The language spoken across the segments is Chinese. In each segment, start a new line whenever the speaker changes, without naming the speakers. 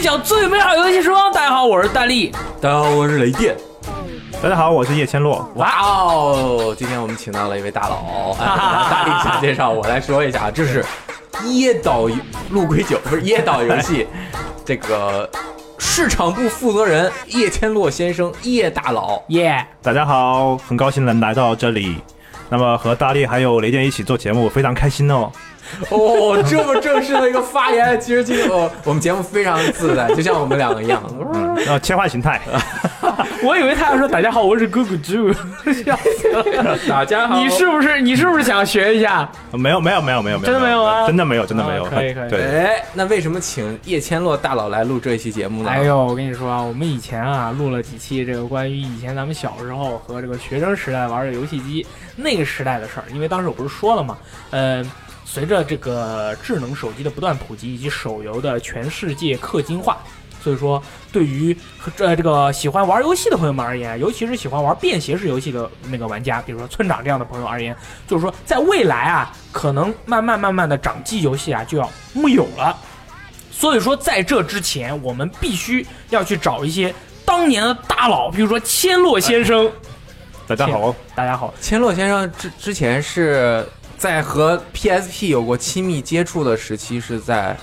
讲最美好游戏时光。大家好，我是大力。
大家好，我是雷电。
大家好，我是叶千洛。
哇哦！今天我们请到了一位大佬，哎大力下介绍，我来说一下，这是椰岛陆龟酒，不是椰岛游戏这个市场部负责人叶千洛先生，叶大佬。
耶、
大家好，很高兴能来到这里。那么和大力还有雷电一起做节目，非常开心哦。
哦，这么正式的一个发言，其实今天我我们节目非常自在，就像我们两个一样。
嗯，要切换 形态，
我以为他要说大家好，我是咕咕猪， 笑死了。
大家
你是不是你是不是想学一下？
没有没有没有没有，
真的没有啊
真的没有，真的没有。
啊可以可以
对，
哎，那为什么请叶千洛大佬来录这一期节目呢？
哎呦，我跟你说啊，我们以前啊录了几期这个关于以前咱们小时候和这个学生时代玩的游戏机那个时代的事儿，因为当时我不是说了嘛，呃，随着这个智能手机的不断普及以及手游的全世界氪金化，所以说对于呃这个喜欢玩游戏的朋友们而言，尤其是喜欢玩便携式游戏的那个玩家，比如说村长这样的朋友而言，就是说在未来啊，可能慢慢慢慢的掌机游戏啊就要木有了。所以说，在这之前，我们必须要去找一些当年的大佬，比如说千洛先生。
哎大家好，哦
大家好，
千洛先生之之前是在和 PSP 有过亲密接触的时期是在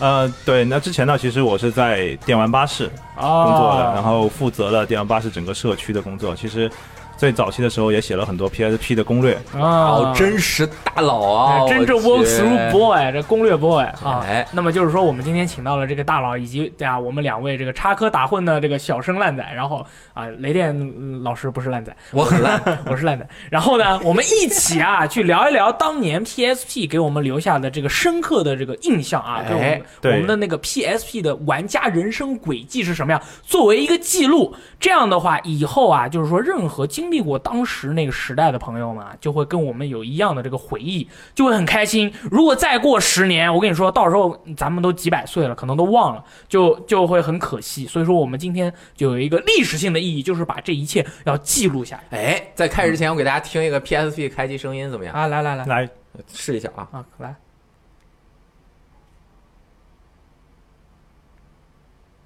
呃，对，那之前呢，其实我是在电玩巴士
哦
工作的，然后负责了电玩巴士整个社区的工作。其实最早期的时候也写了很多 PSP 的攻略，
哦
啊，
真实大佬啊，
哎真正
我去
walk through boy，这攻略 boy 啊。
哎
那么就是说，我们今天请到了这个大佬，以及啊，我们两位这个插科打诨的这个小生烂仔，然后啊，雷电嗯老师不是烂仔，
我很烂，
我是烂仔。然后呢，我们一起啊去聊一聊当年 PSP 给我们留下的这个深刻的这个印象啊，
哎
给我们
对
我们的那个 PSP 的玩家人生轨迹是什么样，作为一个记录。这样的话，以后啊，就是说任何经历过当时那个时代的朋友们啊，就会跟我们有一样的这个回忆，就会很开心。如果再过十年，我跟你说，到时候咱们都几百岁了，可能都忘了，就就会很可惜。所以说，我们今天就有一个历史性的意义，就是把这一切要记录下来。
哎，在开始之前，我给大家听一个 PSP 开机声音怎么样？
啊，来来来，
来
试一下啊，
啊，来，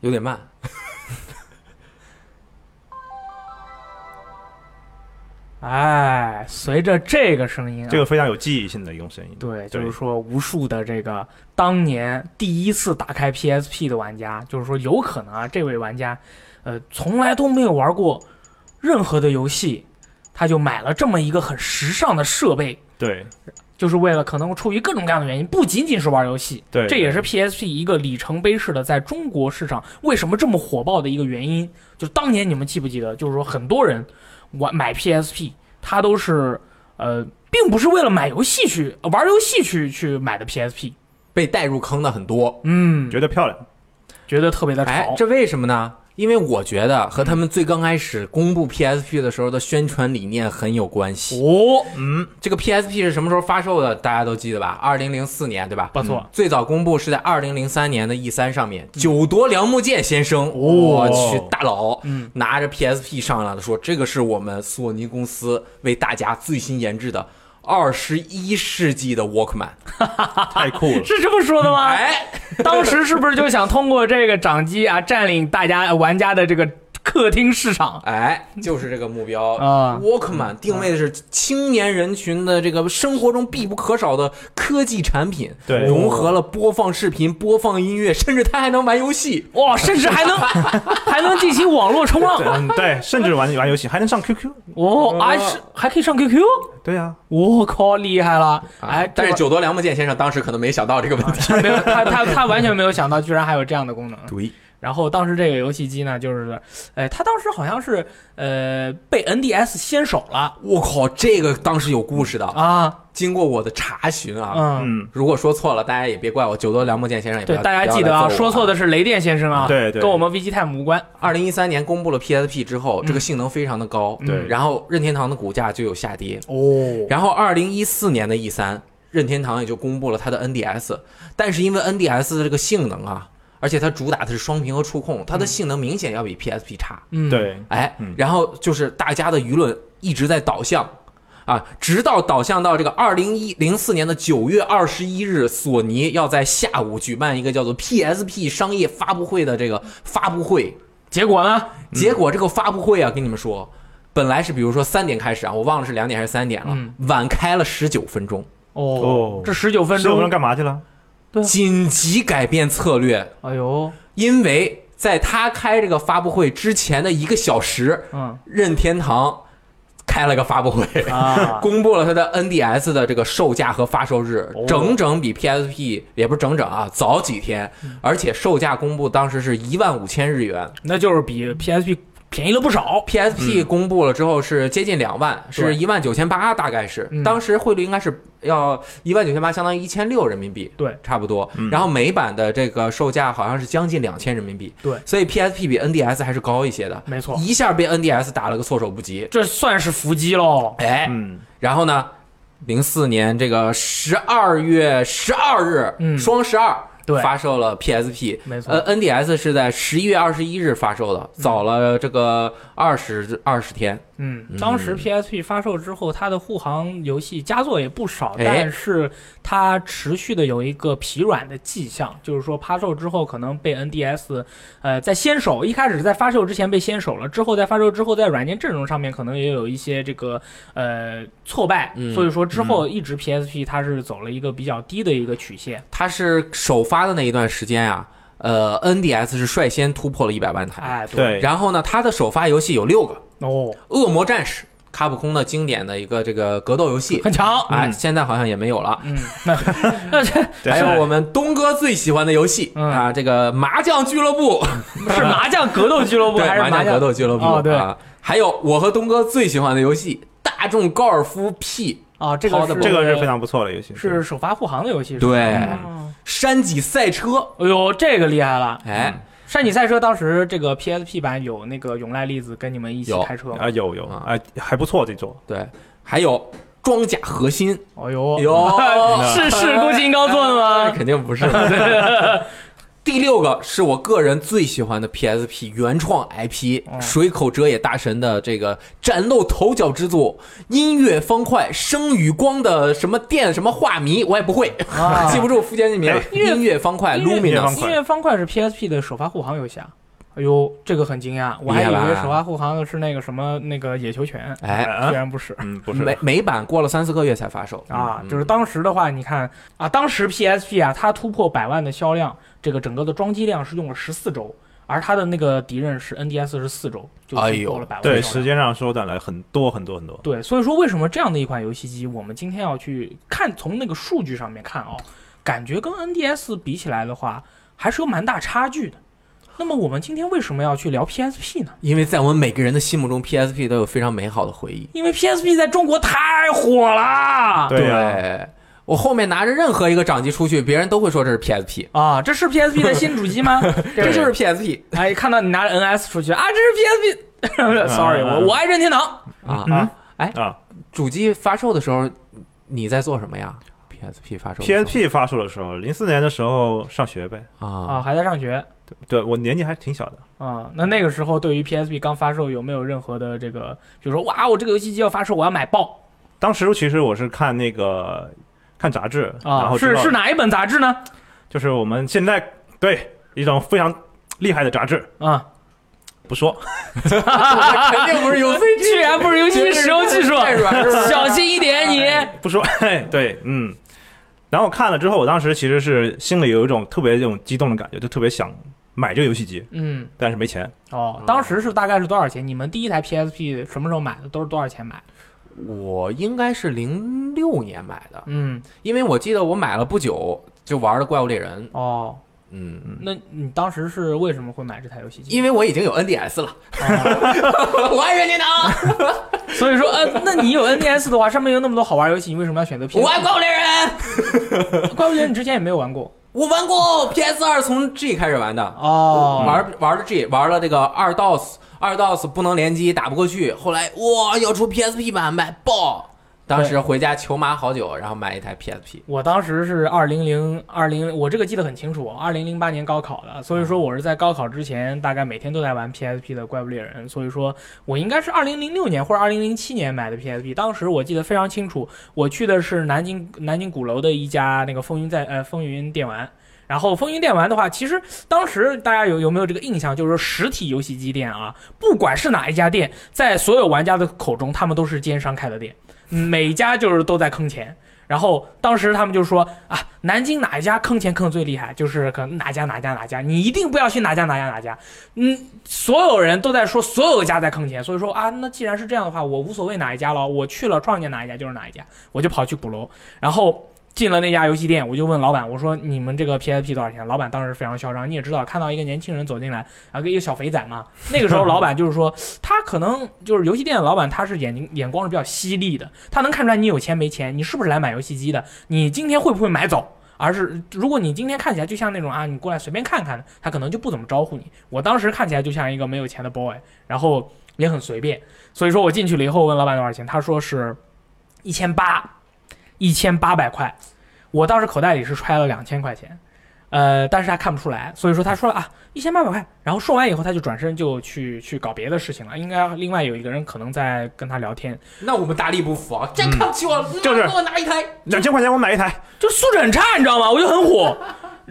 有点慢。
哎，随着这个声音、啊，
这个非常有记忆性的一种声音。
对，就
对
是说无数的这个当年第一次打开 PSP 的玩家，就是说有可能啊，这位玩家，呃，从来都没有玩过任何的游戏，他就买了这么一个很时尚的设备，
对
就是为了可能出于各种各样的原因，不仅仅是玩游戏，
对，
这也是 PSP 一个里程碑式的在中国市场为什么这么火爆的一个原因。就当年你们记不记得，就是说很多人玩买 PSP，他都是呃，并不是为了买游戏去呃玩游戏去去买的 PSP，
被带入坑的很多。
嗯，
觉得漂亮。
觉得特别的
哎
潮，，
这为什么呢？因为我觉得和他们最刚开始公布 PSP 的时候的宣传理念很有关系。
哦，
嗯，
这个 PSP 是什么时候发售的？大家都记得吧？二零零四年，对吧？
不错，
嗯
最早公布是在二零零三年的 E 三上面，
嗯
九夺梁木剑先生，我去大佬，
哦嗯，
拿着 PSP 上来了，说这个是我们索尼公司为大家最新研制的二十一世纪的 Walkman。
太酷 了。
是这么说的吗？
哎，
当时是不是就想通过这个掌机啊，占领大家呃玩家的这个客厅市场
哎，就是这个目标
啊
Walkman 定位的是青年人群的这个生活中必不可少的科技产品，
对
融合了播放视频、播放音乐，甚至它还能玩游戏。
哇，甚至还能还能进行网络冲浪
对，嗯，对，甚至玩玩游戏还能上 QQ。
哦，还是还可以上 QQ，
对啊呀、
我靠，厉害了！哎，
啊但
这
是
啊
久多良木剑先生当时可能没想到这个问题。
他没有他他他完全没有想到，居然还有这样的功能。
对，
然后当时这个游戏机呢，就是，呃，他当时好像是呃被 NDS 先手了
我靠，这个当时有故事的。
啊，
经过我的查询啊，
嗯，
嗯，
如果说错了，大家也别怪我。久多良木剑先生也不
对，
要
大家记得啊，说错。的是雷电先生啊，
对对
跟我们 VGTime 无关。
二零一三年公布了 PSP 之
嗯
后，这个性能非常的高，
对
然后任天堂的股价就有下跌。
哦，
然后二零一四年的 E 三，任天堂也就公布了它的 NDS，但是因为 NDS 的这个性能啊，而且它主打的是双屏和触控，它的性能明显要比 PSP 差。
嗯，
对，
哎
嗯，
然后就是大家的舆论一直在导向。啊，直到导向到这个二零一零四年的九月二十一日，索尼要在下午举办一个叫做 PSP 商业发布会的这个发布会。
结果呢？
结果这个发布会啊，跟你们说，本来是比如说三点开始啊，我忘了是两点还是三点了，
嗯
晚开了十九分钟，
哦
哦，
这十九分
十五分
钟，
钟干嘛去了？
对
紧急改变策略，
哎呦，
因为在他开这个发布会之前的一个小时，
嗯
任天堂开了个发布会。
啊，
公布了它的 NDS 的这个售价和发售日
哦，
整整比 PSP 也不是整整啊，早几天，
嗯
而且售价公布当时是一万五千日元
那就是比 PSP 便宜了不少。
，PSP 公布了之后是接近两万，
嗯对
是一万九千八，大概是
嗯
当时汇率应该是要一万九千八，相当于一千六人民币，
对，
差不多
嗯。
然后美版的这个售价好像是将近两千人民币，
对
所以 PSP 比 NDS 还是高一些的，
没错，
一下被 NDS 打了个措手不及，
这算是伏击喽。
哎，
嗯，
然后呢，零四年这个十二月十二日，
嗯
双十二
对
发售了 PSP。
没错，
呃，NDS 是在十一月二十一日发售的，早了这个二十二十天。
嗯，
嗯
当时 PSP 发售之后，它的护航游戏佳作也不少，
哎
但是它持续的有一个疲软的迹象，就是说发售之后可能被 NDS，呃，在先手一开始在发售之前被先手了，之后在发售之后在软件阵容上面可能也有一些这个呃挫败，
嗯
所以说之后一直 PSP 它是走了一个比较低的一个曲线，
它是首发的那一段时间啊，呃，NDS 是率先突破了一百万台。
哎，，
对，
然后呢，它的首发游戏有六个，
哦，
《恶魔战士》，卡普空的经典的一个这个格斗游戏，
很强，
哎，
嗯
现在好像也没有了。
嗯，那 那这
对
还有我们东哥最喜欢的游戏、
嗯
啊，这个麻将俱乐 部，
是麻将格斗俱乐部
对
还是
麻将
将
格斗俱乐部、
哦对
啊，还有我和东哥最喜欢的游戏《大众高尔夫 P
啊？这个
好的
是
这个是非常不错的游戏，
是首发护航的游戏，》，是吧
对，
哦
山脊赛车，
哎呦，这个厉害了！嗯
哎，
山脊赛车当时这个 PSP 版有那个永濑粒子跟你们一起
有
开车吗？
啊，有有
啊
啊，还不错这座，
对，还有装甲核心，
哎呦，
有
是是宫崎英高做的 吗？
哎肯定 不是。第六个是我个人最喜欢的 PSP 原创 IP，、
嗯
水口哲也大神的这个崭露头角之作，音乐方块声与光的什么电什么画迷，我也不会，
啊
记不住福建这名
哎。
音乐方块
音乐
方
Luminous，
块
音乐方块是 PSP 的首发护航游戏啊！哎呦，这个很惊讶，我还以
厉害
为
吧
首发护航的是那个什么那个野球拳，
哎，
居
啊
然不是。
嗯，不是
美美版过了三四个月才发售
啊，
嗯
就是当时的话，你看啊，当时 PSP 啊，它突破百万的销量，这个整个的装机量是用了十四周，而它的那个敌人是 NDS 是四周，就
哎
突
呦
破了百万的销
对
量。
时间上缩短了很多很多很多，
对，所以说为什么这样的一款游戏机，我们今天要去看从那个数据上面看啊、感觉跟 NDS 比起来的话，还是有蛮大差距的。那么我们今天为什么要去聊 PSP 呢？
因为在我们每个人的心目中，PSP 都有非常美好的回忆。
因为 PSP 在中国太火了。
对
啊
呀，
对啊我后面拿着任何一个掌机出去，别人都会说这是 PSP，
啊，这是 PSP 的新主机 吗？这
这
是
就是 PSP
哎，看到你拿着 NS 出去啊，这是 PSP，sorry，我我爱任天堂
啊。
嗯
啊，
啊
主机发售的时候，你在做什么呀？PSP 发售的时候
，PSP 发售的时候，零四年的时候上学呗，
啊，
啊，
还在上学
对我年纪还挺小的，
啊。那那个时候对于 PSP 刚发售有没有任何的这个，比如说哇，我这个游戏机要发售，我要买爆
当时其实我是看那个看杂志，然
啊？
后知
是
道
是哪一本杂志呢？
就是我们现在对一种非常厉害的杂志，
啊，
不说，
肯定不是游戏，
居然不是游戏机使用技术，
太软弱了
小心一点你。
不说， 嘿对，嗯。然后看了之后，我当时其实是心里有一种特别这种激动的感觉，就特别想买这个游戏机，
嗯，
但是没钱。
哦，当时是大概是多少钱？你们第一台 PSP 什么时候买的？都是多少钱买？
我应该是零六年买的，
嗯，
因为我记得我买了不久就玩了《怪物猎人》，
哦，
嗯，
那你当时是为什么会买这台游戏机？
因为我已经有 NDS 了，
哦
我爱任天堂，
所以说，呃，那你有 NDS 的话，上面有那么多好玩游戏，你为什么要选择 PS？
我爱怪物猎人。
啊怪物猎人你之前也没有玩过
我玩过 PS 二，从 G 开始玩的，
哦
玩玩的 G，玩了这个二 DOS，二 DOS 不能联机，打不过去。后来哇，要出 PSP 版，买爆！当时回家求妈好久，然后买一台 PSP。
我当时是二零零二零，我这个记得很清楚，二零零八年高考的，所以说我是在高考之前大概每天都在玩 PSP 的《怪物猎人》，所以说我应该是二零零六年或者二零零七年买的 PSP。当时我记得非常清楚，我去的是南京南京鼓楼的一家那个风云在呃风云电玩。然后风云电玩的话，其实当时大家有有没有这个印象？就是说实体游戏机店啊，不管是哪一家店，在所有玩家的口中，他们都是奸商开的店，每家就是都在坑钱。然后当时他们就说啊，南京哪一家坑钱坑得最厉害，就是可能哪家哪家哪家，你一定不要去哪家哪家哪家。嗯，所有人都在说所有家在坑钱，所以说啊，那既然是这样的话，我无所谓哪一家了，我去了撞见哪一家就是哪一家，我就跑去鼓楼，然后。进了那家游戏店，我就问老板，我说你们这个 PSP 多少钱？老板当时非常嚣张，你也知道，看到一个年轻人走进来，啊，一个小肥仔嘛。那个时候老板就是说，他可能就是游戏店的老板，他是眼睛眼光是比较犀利的，他能看出来你有钱没钱，你是不是来买游戏机的，你今天会不会买走。而是如果你今天看起来就像那种啊，你过来随便看看的，他可能就不怎么招呼你。我当时看起来就像一个没有钱的 boy，然后也很随便，所以说我进去了以后问老板多少钱，他说是一千八，一千八百块。我当时口袋里是揣了两千块钱，呃，但是他看不出来，所以说他说了啊，一千八百块。然后说完以后，他就转身就去去搞别的事情了。应该另外有一个人可能在跟他聊天，
那我们大力不服 啊！真看不起我，
就
妈
是
给我拿一台。
两千块钱我买一台，
就素质很差，你知道吗？我就很火。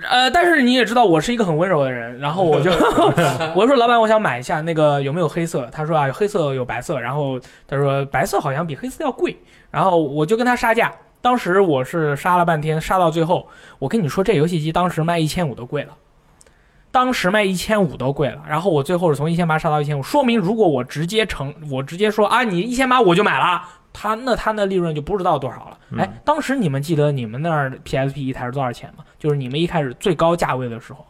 呃，但是你也知道我是一个很温柔的人，然后我就我就说老板，我想买一下那个有没有黑色？他说啊，有黑色有白色，然后他说白色好像比黑色要贵，然后我就跟他杀价。当时我是杀了半天，杀到最后，我跟你说这游戏机当时卖一千五都贵了，当时卖一千五都贵了。然后我最后是从一千八杀到一千五，说明如果我直接成，我直接说啊，你一千八我就买了，他那他那利润就不知道多少了。哎，
嗯
当时你们记得你们那儿 PSP 一台是多少钱吗？就是你们一开始最高价位的时候，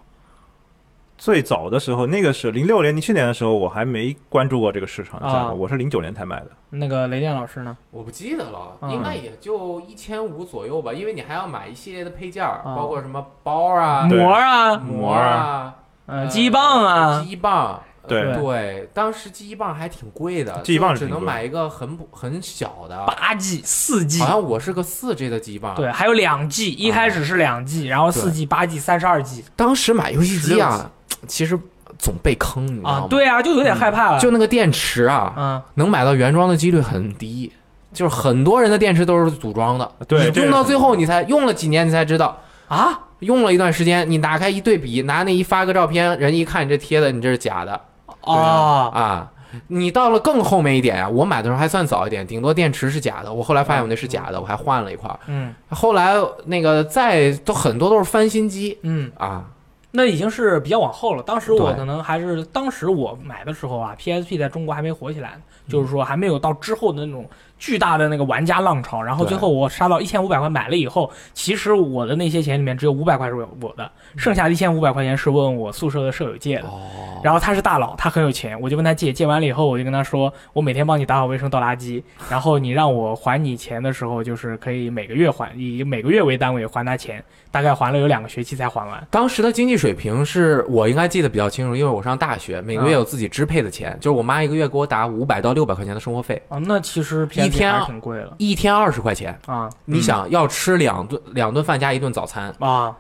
最早的时候，那个是零六年、零七年的时候，我还没关注过这个市场的价
啊
格，我是零九年才买的。
那个雷电老师呢？
我不记得了，
嗯
应该也就一千五左右吧，因为你还要买一系列的配件儿，
啊
包括什么包啊、
对
膜啊，
膜啊、
呃，
呃
记忆棒啊，
记忆棒。
对
呃对，当时记忆棒还挺贵的，
记忆棒
就只
是挺贵
能买一个很普很小的，好
八 G、四 G，
像我是个四 G 的记忆棒。，
对，还有两 G，一开始是两 G，然后四 G、八 G、三十二 G
当时买游戏机啊，其实总被坑，你知道
啊
吗？，
对啊，就有点害怕了，
就那个电池啊，
嗯，
能买到原装的几率很低，就是很多人的电池都是组装的，
啊对，
你用到最后你才用了几年你才知道，
啊，
用了一段时间，你打开一对比，拿那一发个照片，人一看你这贴的，你这是假的
哦，
啊。你到了更后面一点啊，我买的时候还算早一点，顶多电池是假的，我后来发现我那是假的，我还换了一块儿。
嗯
后来那个再都很多都是翻新机
嗯，
啊，
那已经是比较往后了。当时我
对
可能还是当时我买的时候啊，PSP 在中国还没火起来呢，就是说还没有到之后的那种巨大的那个玩家浪潮。然后
对
最后我杀到一千五百块买了以后，其实我的那些钱里面只有五百块是我的，剩下的一千五百块钱是问我宿舍的舍友借的。
嗯哦，
然后他是大佬，他很有钱，我就问他借，借完了以后，我就跟他说，我每天帮你打扫卫生、倒垃圾，然后你让我还你钱的时候，就是可以每个月还，以每个月为单位还他钱，大概还了有两个学期才还完。
当时的经济水平是我应该记得比较清楚，因为我上大学，每个月有自己支配的
嗯
钱，就是我妈一个月给我打五百到六百块钱的生活费，
哦，那其实 PSP
一天
还
啊
是挺贵了
一天二十块钱。
啊
你想要吃两顿两顿饭加一顿早餐，
啊！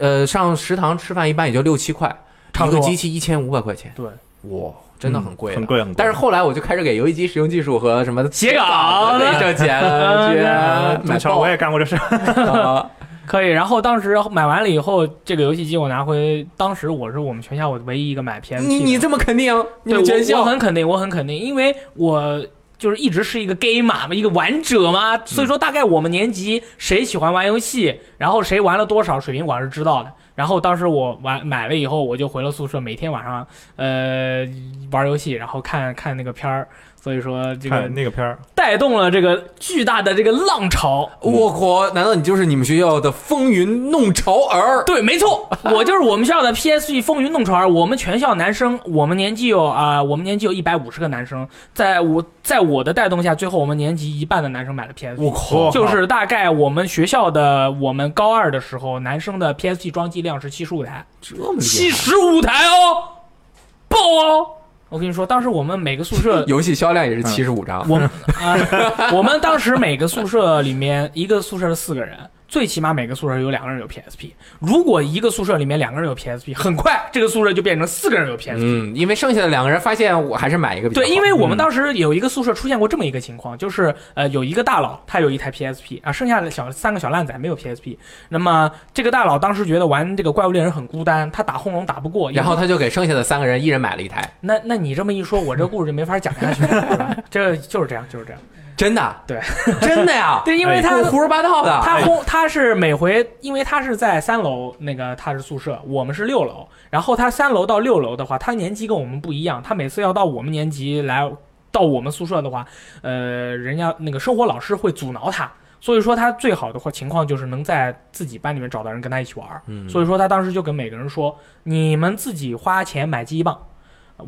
呃，上食堂吃饭一般也就六七块，
差
一
不
个
多
机器一千五百块钱，
对，嗯
哇，真的很贵、
很。贵很贵。
但是后来我就开始给游戏机使用技术和什么
写稿
子挣钱 了，去买
买
报
超我也干过这事，
啊
可以。然后当时买完了以后，这个游戏机我拿回，当时我是我们全校我唯一一个买 PSP 的。
你你这么肯定？啊你
对
们全
我我
校
很肯定，我很肯定，因为我就是一直是一个 gay 嘛，一个玩者嘛，
嗯
所以说大概我们年级谁喜欢玩游戏，然后谁玩了多少水平，我还是知道的。然后当时我玩买了以后，我就回了宿舍，每天晚上呃玩游戏，然后看看那个片儿，所以说这个
看那 个片儿，
带动了这个巨大的这个浪潮。
我靠！难道你就是你们学校的风云弄潮儿？
对，没错，我就是我们学校的 PSE 风云弄潮儿。我们全校男生，我们年级有啊、我们年级有一百五十个男生，在我在我的带动下，最后我们年级一半的男生买了 PSE。
靠
就是大概我们学校的，我们高二的时候，男生的 PSP 装机量是七十五台，
这么厉害，
七十五台哦，爆哦！我跟你说，当时我们每个宿舍
游戏销量也是七十五张，
我们啊、 我们当时每个宿舍里面，一个宿舍是四个人，最起码每个宿舍有两个人有 PSP。如果一个宿舍里面两个人有 PSP，很快这个宿舍就变成四个人有 PSP。
嗯，因为剩下的两个人发现我还是买一个比较
对，
好
因为我们当时有一个宿舍出现过这么一个情况，就是呃，有一个大佬他有一台 PSP 啊，剩下的小三个小烂仔没有 PSP。那么这个大佬当时觉得玩这个怪物猎人很孤单，他打轰龙打不过，
然后他就给剩下的三个人一人买了一台，
那那你这么一说，我这故事就没法讲下去了，是 吧这就是这样，就是这样。
真的，
对，
真的 呀，
对，因为
哎
他
不胡说八道的，
他轰，他是每回，因为他是在三楼，那个他是宿舍，我们是六楼。然后他三楼到六楼的话，他年级跟我们不一样，他每次要到我们年级来到我们宿舍的话，呃，人家那个生活老师会阻挠他。所以说他最好的话情况就是能在自己班里面找到人跟他一起玩儿。
嗯
所以说他当时就跟每个人说：“你们自己花钱买记忆棒，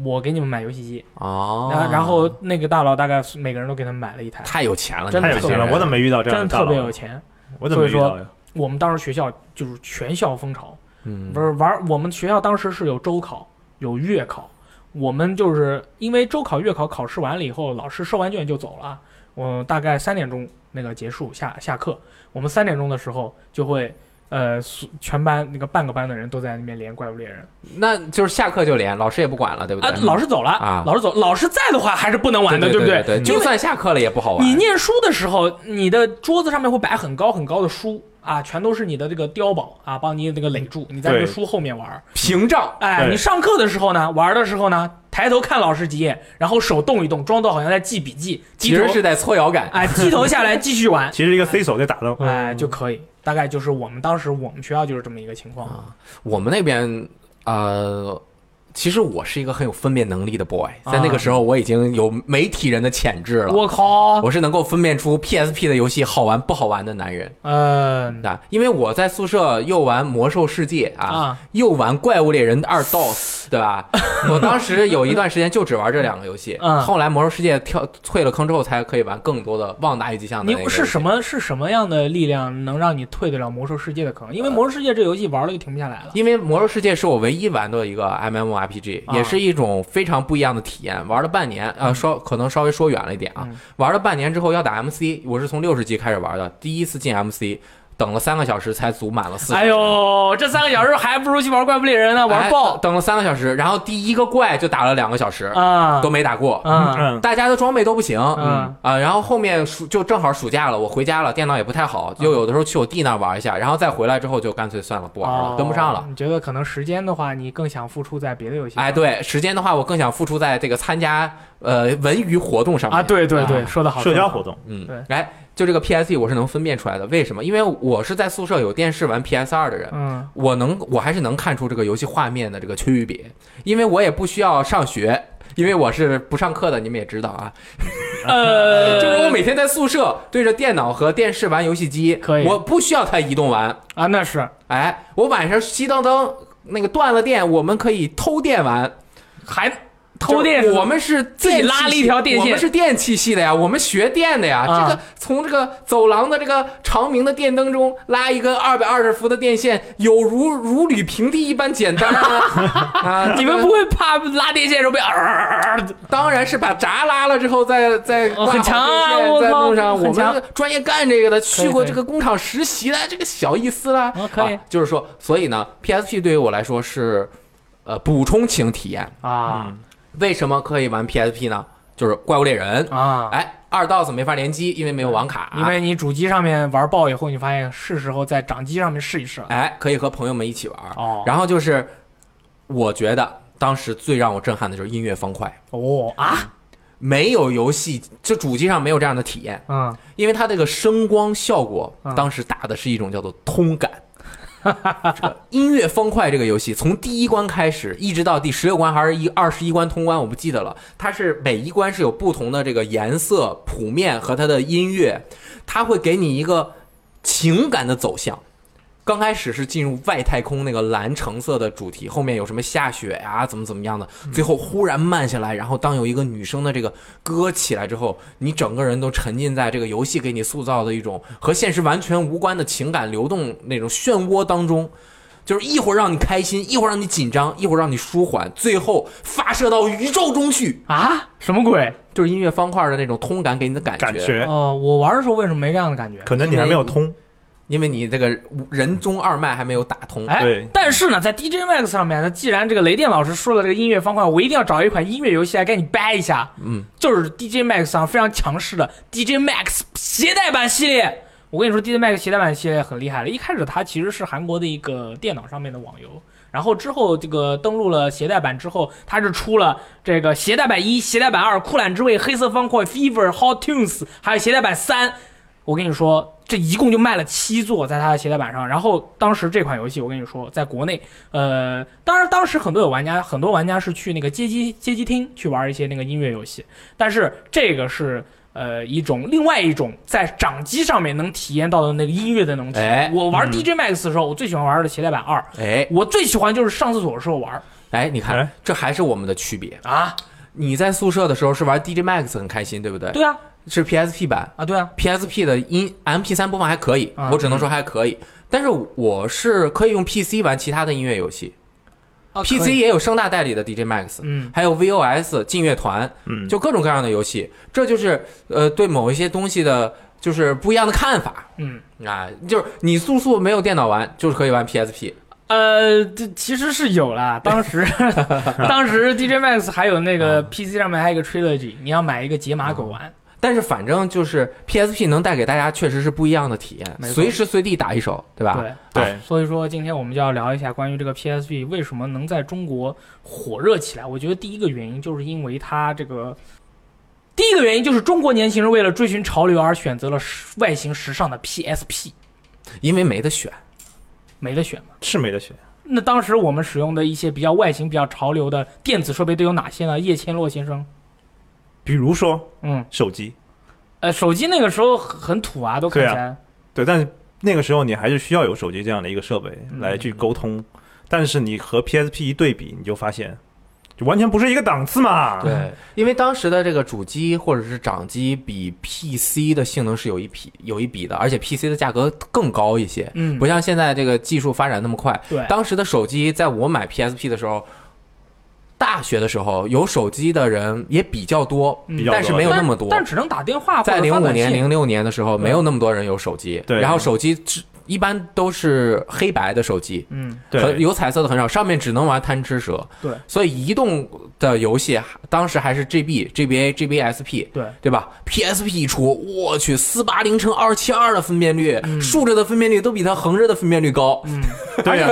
我给你们买游戏机。
哦，
然后然后那个大佬大概是每个人都给他们买了一台，
太有钱了，
真的
太有钱了，我怎么没遇到这
真
样
的
的
特
大佬
别？有钱。
我怎么没遇到呀？
我们当时学校就是全校风潮，
嗯
不是玩。我们学校当时是有周考，有月考，我们就是因为周考、月考考试完了以后，老师收完卷就走了。我大概三点钟那个结束下下课，我们三点钟的时候就会，呃，所全班那个半个班的人都在那边连怪物猎人
那就是下课就连，老师也不管了，对不
啊
对？，
老师走了
啊
老师走，老师在的话还是不能玩
对
的，
对
不
对
对？
就算下课了也不好玩。
你念书的时候，你的桌子上面会摆很高很高的书啊，全都是你的这个碉堡啊，帮你那个垒住，你在这个
对
书后面玩儿。
屏障，
哎，
对
你上课的时候呢，玩儿的时候呢，抬头看老师几眼，然后手动一动，装作好像在记笔记，
其
低头
实是在搓摇杆。
哎，低头下 来继续玩，
其实一个 C 手就打到，
嗯
哎就可以。大概就是我们当时我们学校就是这么一个情况。
我们那边呃，其实我是一个很有分辨能力的 boy，
啊
在那个时候我已经有媒体人的潜质了。
我靠，
我是能够分辨出 PSP 的游戏好玩不好玩的男人
嗯
啊，因为我在宿舍又玩《魔兽世界》啊，
啊，
又玩《怪物猎人二 DOS》，对吧？我当时有一段时间就只玩这两个游戏，
嗯
后来《魔兽世界》跳退了坑之后，才可以玩更多的《旺达与吉祥》的那个
你
游戏。
是什么是什么样的力量能让你退得了魔兽世界的坑？因为
呃
魔兽世界这游戏玩了就停不下来了。
因为《魔兽世界》是我唯一玩的一个 MMORPG，、
啊
也是一种非常不一样的体验。玩了半年，呃，稍可能稍微说远了一点啊。
嗯
玩了半年之后要打 MC，我是从六十级开始玩的，第一次进 MC，等了三个小时才组满了四。
哎，呦，这三个小时还不如去玩怪物猎人呢，玩
哎
爆
等了三个小时，然后第一个怪就打了两个小时，
啊
都没打过。
啊
嗯，
大家的装备都不行，
嗯
啊，然后后面暑就正好暑假了，我回家了，电脑也不太好，
嗯
就有的时候去我弟那玩一下，然后再回来之后就干脆算了，不玩了，跟不上了。
哦你觉得可能时间的话，你更想付出在别的游戏上？
哎，对，时间的话，我更想付出在这个参加呃文娱活动上面
啊，对对对，
啊
说的好，
社
说
交
得好
活动，
嗯，
对
哎，就这个 PSE 我是能分辨出来的，为什么？因为我是在宿舍有电视玩 PS 二的人。
嗯
我能，我还是能看出这个游戏画面的这个区别，因为我也不需要上学，因为我是不上课的，你们也知道啊。
呃，
就是我每天在宿舍对着电脑和电视玩游戏机，
可以
我不需要它移动玩，
啊，那是
哎，我晚上熄灯灯那个断了电，我们可以偷电玩，
还偷电
就是是
吗
我们是自
己拉了一条电线
我们是电器系的呀，我们学电的呀。
啊
这个从这个走廊的这个长明的电灯中拉一个二百二十伏的电线，有如如履平地一般简单啊！ 啊，
你们不会怕拉电线的时候被啊？
当然是把闸拉了之后再再
哦很强啊
挂好电线
我
再
靠
弄上。我
很
们
强
这个专业干这个的，去过
可以
这个工厂实习的，这个小意思啦
哦。可以
啊就是说，所以呢，PSP 对于我来说是呃补充型体验。
啊
为什么可以玩 PSP 呢？就是怪物猎人，
啊！
哎，二 DOS 没法联机，因为没有网卡。
因为你主机上面玩爆以后，你发现是时候在掌机上面试一试了。
哎，可以和朋友们一起玩。
哦
然后就是，我觉得当时最让我震撼的就是音乐方块，
哦啊，
没有游戏，就主机上没有这样的体验。
嗯，
因为它这个声光效果
嗯，
当时打的是一种叫做通感。这个音乐方块这个游戏，从第一关开始，一直到第十六关还是一二十一关通关，我不记得了。它是每一关是有不同的这个颜色谱面和它的音乐，它会给你一个情感的走向。刚开始是进入外太空那个蓝橙色的主题，后面有什么下雪呀、怎么怎么样的，最后忽然慢下来，然后当有一个女生的这个歌起来之后，你整个人都沉浸在这个游戏给你塑造的一种和现实完全无关的情感流动那种漩涡当中。就是一会儿让你开心，一会儿让你紧张，一会儿让你舒缓，最后发射到宇宙中去，
啊，什么鬼？
就是音乐方块的那种通感给你的感觉。
感觉
哦，我玩的时候为什么没这样的感觉？
可能你还没有通，
因为你这个人中二脉还没有打通。
哎
对，
但是呢，在 DJ Max 上面呢，既然这个雷电老师说了这个音乐方块，我一定要找一款音乐游戏来给你掰一下。
嗯，
就是 DJ Max 上非常强势的 DJ Max 携带版系列。我跟你说，DJ Max 携带版系列很厉害了。一开始它其实是韩国的一个电脑上面的网游，然后之后这个登录了携带版之后，它是出了这个携带版一、携带版二、酷懒之味、黑色方块、Fever、Hot Tunes，还有携带版三。我跟你说，这一共就卖了七座在它的携带版上。然后当时这款游戏，我跟你说，在国内，呃，当然当时很多有玩家，很多玩家是去那个街机街机厅去玩一些那个音乐游戏，但是这个是。呃，一种另外一种在掌机上面能体验到的那个音乐的那种体验。
哎
我玩 DJ Max 的时候，我最喜欢玩的携带版二，
哎
我最喜欢就是上厕所的时候玩
哎，你看
哎，
这还是我们的区别。
啊，
你在宿舍的时候是玩 DJ Max 很开心，对不对？
对啊，
是 PSP 版。
啊对啊，
PSP 的音 MP3 播放还可以，
啊
我只能说还可以。但是我是可以用 PC 玩其他的音乐游戏、
啊
p
可
c
以
也有声大代理的 DJ Max，、
嗯
还有 VOS 劲乐团，
嗯，
就各种各样的游戏。这就是呃对某一些东西的，就是不一样的看法
嗯，
啊。就是你速速没有电脑玩，就是可以玩 PSP。
呃，这其实是有啦，当 时当时 DJ Max 还有那个 PC 上面还有一个 Trilogy，你要买一个解码狗玩，
但是反正就是 PSP 能带给大家确实是不一样的体验，
没错
随时随地打一手，对吧？
嗯啊对。
对，
所以说，今天我们就要聊一下关于这个 PSP 为什么能在中国火热起来。我觉得第一个原因就是因为它这个，第一个原因就是中国年轻人为了追寻潮流而选择了时外形时尚的 PSP，
因为没得选。
没得选嘛。
是没得选。
那当时我们使用的一些比较外形比较潮流的电子设备都有哪些呢？叶千洛先生，
比如说
嗯，
手机，
呃，手机那个时候很很土啊，都看起来，
对，但是那个时候你还是需要有手机这样的一个设备
嗯
来去沟通，但是你和 PSP 一对比，你就发现就完全不是一个档次嘛。
对，啊因为当时的这个主机或者是掌机比 PC 的性能是有一匹有一比的，而且 PC 的价格更高一些，
嗯，
不像现在这个技术发展那么快。
对，
当时的手机，在我买 PSP 的时候，大学的时候有手机的人也比较多，
嗯
比较
但是没有那么多。
但但只能打电话或者
在零
发
五
短
年、
信
零六年的时候，
对
没有那么多人有手机，
对
然后手机只一般都是黑白的手机，
嗯，
很
对，
有彩色的很少，上面只能玩贪吃蛇。
对，
所以移动的游戏当时还是 GB、GBA、GBSP，
对，
对吧？PSP 一出，我去，四八零乘二七二的分辨率，
嗯
竖着的分辨率都比它横着的分辨率高。
嗯。
对呀、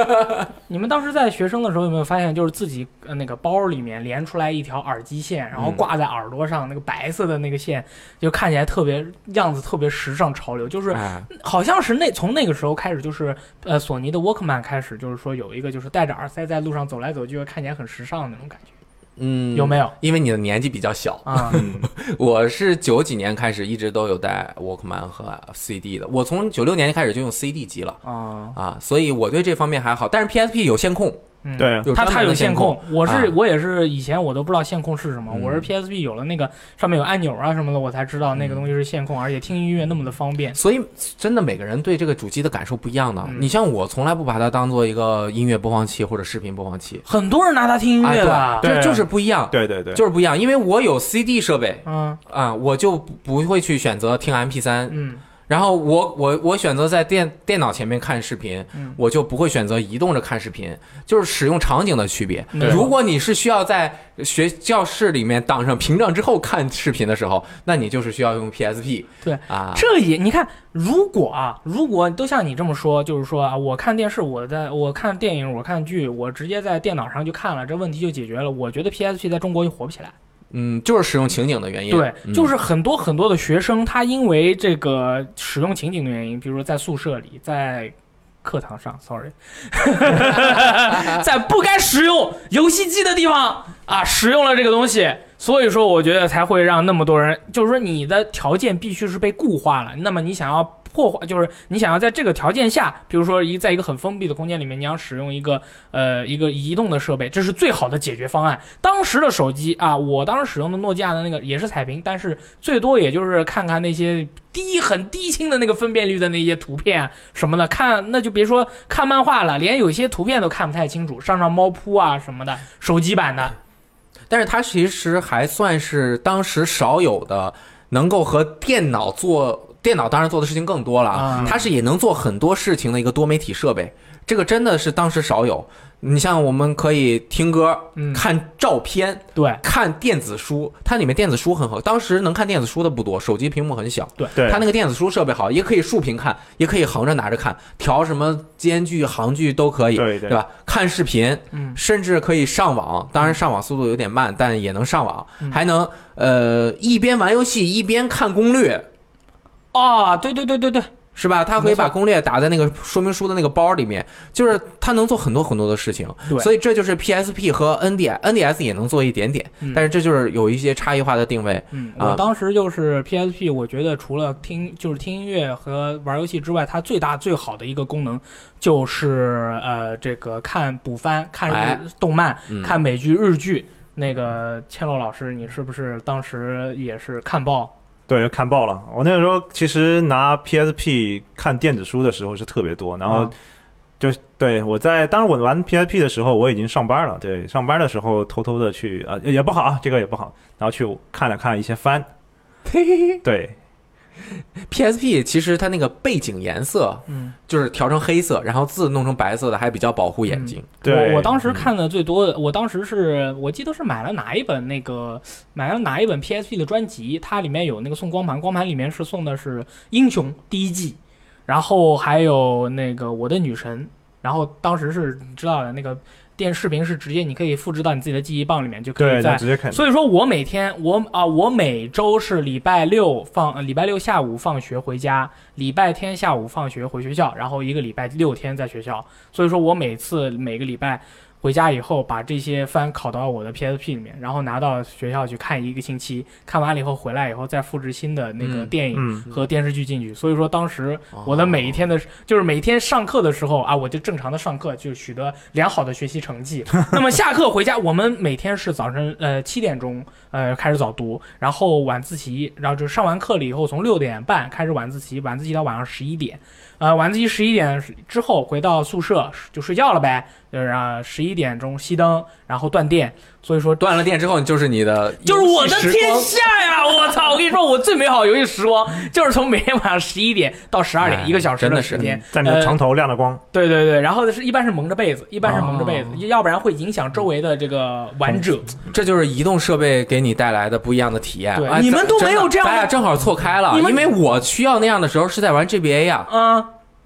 你们当时在学生的时候有没有发现，就是自己呃那个包里面连出来一条耳机线，然后
嗯
挂在耳朵上，那个白色的那个线，就看起来特别样子特别时尚潮流，就是
哎，
好像是那从那个时候开始，就是呃索尼的 Walkman 开始，就是说有一个就是戴着耳塞在路上走来走去，看起来很时尚的那种感觉，
嗯，
有没
有？
有
因为你的年纪比较小，
啊？
嗯，
我是九几年开始一直都有带 Walkman 和 CD 的，我从九六年开始就用 CD 机了。
啊，
啊，所以我对这方面还好，但是 PSP 有线控，
嗯，
对啊，
有
它
专
它
门
有
的
线
线控
控，，我是、
啊
我也是以前我都不知道线控是什么，
嗯
我是 PSP 有了那个上面有按钮啊什么的，我才知道那个东西是线控，而且听音乐那么的方便。
所以真的每个人对这个主机的感受不一样的。
嗯
你像我，从来不把它当做一个音乐播放器或者视频播放器，
很多人拿它听音乐的，
啊，对
对
这就是不一样，
对对对，
就是不一样。因为我有 CD 设备
嗯
啊，我就不不会去选择听 MP 3
嗯
然后我我我选择在电电脑前面看视频。
嗯，
我就不会选择移动着看视频，就是使用场景的区别。
嗯对
如果你是需要在学教室里面挡上屏障之后看视频的时候，那你就是需要用 PSP。
对
啊，
这也你看，如果啊，如果都像你这么说，就是说啊，我看电视，我在我看电影，我看剧，我直接在电脑上就看了，这问题就解决了。我觉得 PSP 在中国就火不起来。
嗯，就是使用情景的原因。
对，
嗯
就是很多很多的学生，他因为这个使用情景的原因，比如说在宿舍里，在课堂上，sorry，在不该使用游戏机的地方啊，使用了这个东西，所以说我觉得才会让那么多人，就是说你的条件必须是被固化了，那么你想要破坏，就是你想要在这个条件下，比如说一在一个很封闭的空间里面，你想使用一个呃一个移动的设备，这是最好的解决方案。当时的手机啊，我当时使用的诺基亚的那个也是彩屏，但是最多也就是看看那些低很低清的那个分辨率的那些图片啊什么的，看那就别说看漫画了，连有些图片都看不太清楚，上上猫扑啊什么的，手机版的，
但是它其实还算是当时少有的能够和电脑做。电脑当然做的事情更多了
啊
它是也能做很多事情的一个多媒体设备，这个真的是当时少有。你像我们可以听歌、
嗯
看照片、
嗯
对
看电子书，它里面电子书很好，当时能看电子书的不多，手机屏幕很小，
对
对
它那个电子书设备好，也可以竖屏看，也可以横着拿着看，调什么间距、行距都可以，
对对
对吧？看视频，
嗯
甚至可以上网，当然上网速度有点慢，但也能上网，
嗯
还能呃一边玩游戏一边看攻略，
啊，对对对对对，
是吧？他可以把攻略打在那个说明书的那个包里面，就是他能做很多很多的事情
对，
所以这就是 PSP 和 NDS NDS 也能做一点点
嗯，
但是这就是有一些差异化的定位。
嗯，
啊
我当时就是 PSP，我觉得除了听就是听音乐和玩游戏之外，它最大最好的一个功能就是呃这个看补番、看
哎
日动漫、
嗯
看美剧、日剧。那个千lộ老师，你是不是当时也是看报？
对，看爆了。我那个时候其实拿 PSP 看电子书的时候是特别多，然后
啊
就是对我在当时我玩 PSP 的时候我已经上班了，对，上班的时候偷偷的去啊、也也不好啊，这个也不好，然后去看了看一些 番，对
PSP 其实它那个背景颜色
嗯，
就是调成黑色，然后字弄成白色的，还比较保护眼睛。
对，
我我当时
嗯
看的最多的，我当时是我记得是买了哪一本那个买了哪一本 PSP 的专辑，它里面有那个送光盘，光盘里面是送的是《英雄》第一季，然后还有那个《我的女神》，然后当时是你知道的那个电视频是直接你可以复制到你自己的记忆棒里面，就可
对，
以
那
在
直接看，
所以说我每天我啊、我每周是礼拜六放，呃礼拜六下午放学回家，礼拜天下午放学回学校，然后一个礼拜六天在学校。所以说我每次每个礼拜回家以后，把这些番拷到我的 PSP 里面，然后拿到学校去看一个星期，看完了以后回来以后再复制新的那个
嗯
电影
嗯，
和电视剧进去。所以说当时
哦
我的每一天的，就是每天上课的时候啊，我就正常的上课，就取得良好的学习成 绩。那么下课回家，我们每天是早晨呃七点钟呃开始早读，然后晚自习，然后就上完课了以后，从六点半开始晚自习，晚自习到晚上十一点，呃，晚自习十一点之后回到宿舍就睡觉了呗，就是啊十一点钟熄灯，然后断电，所以说
断了电之后，就是你的
就是我的
游戏时
天
光
下呀！ 我操！我跟你说，我最美好的游戏时光 就是从每天晚上十一点到十二点，
哎
一个小时
真的
时
是
间。呃
在你的床头亮着光，
对对对，然后是一般是蒙着被子，一般是蒙着被子，
哦
要不然会影响周围的这个玩者。
这就是移动设备给你带来的不一样的体验。
对
哎
你们都没有这样的
咱咱俩正好错开了，
你们
因为我需要那样的时候是在玩 GBA 呀、
嗯，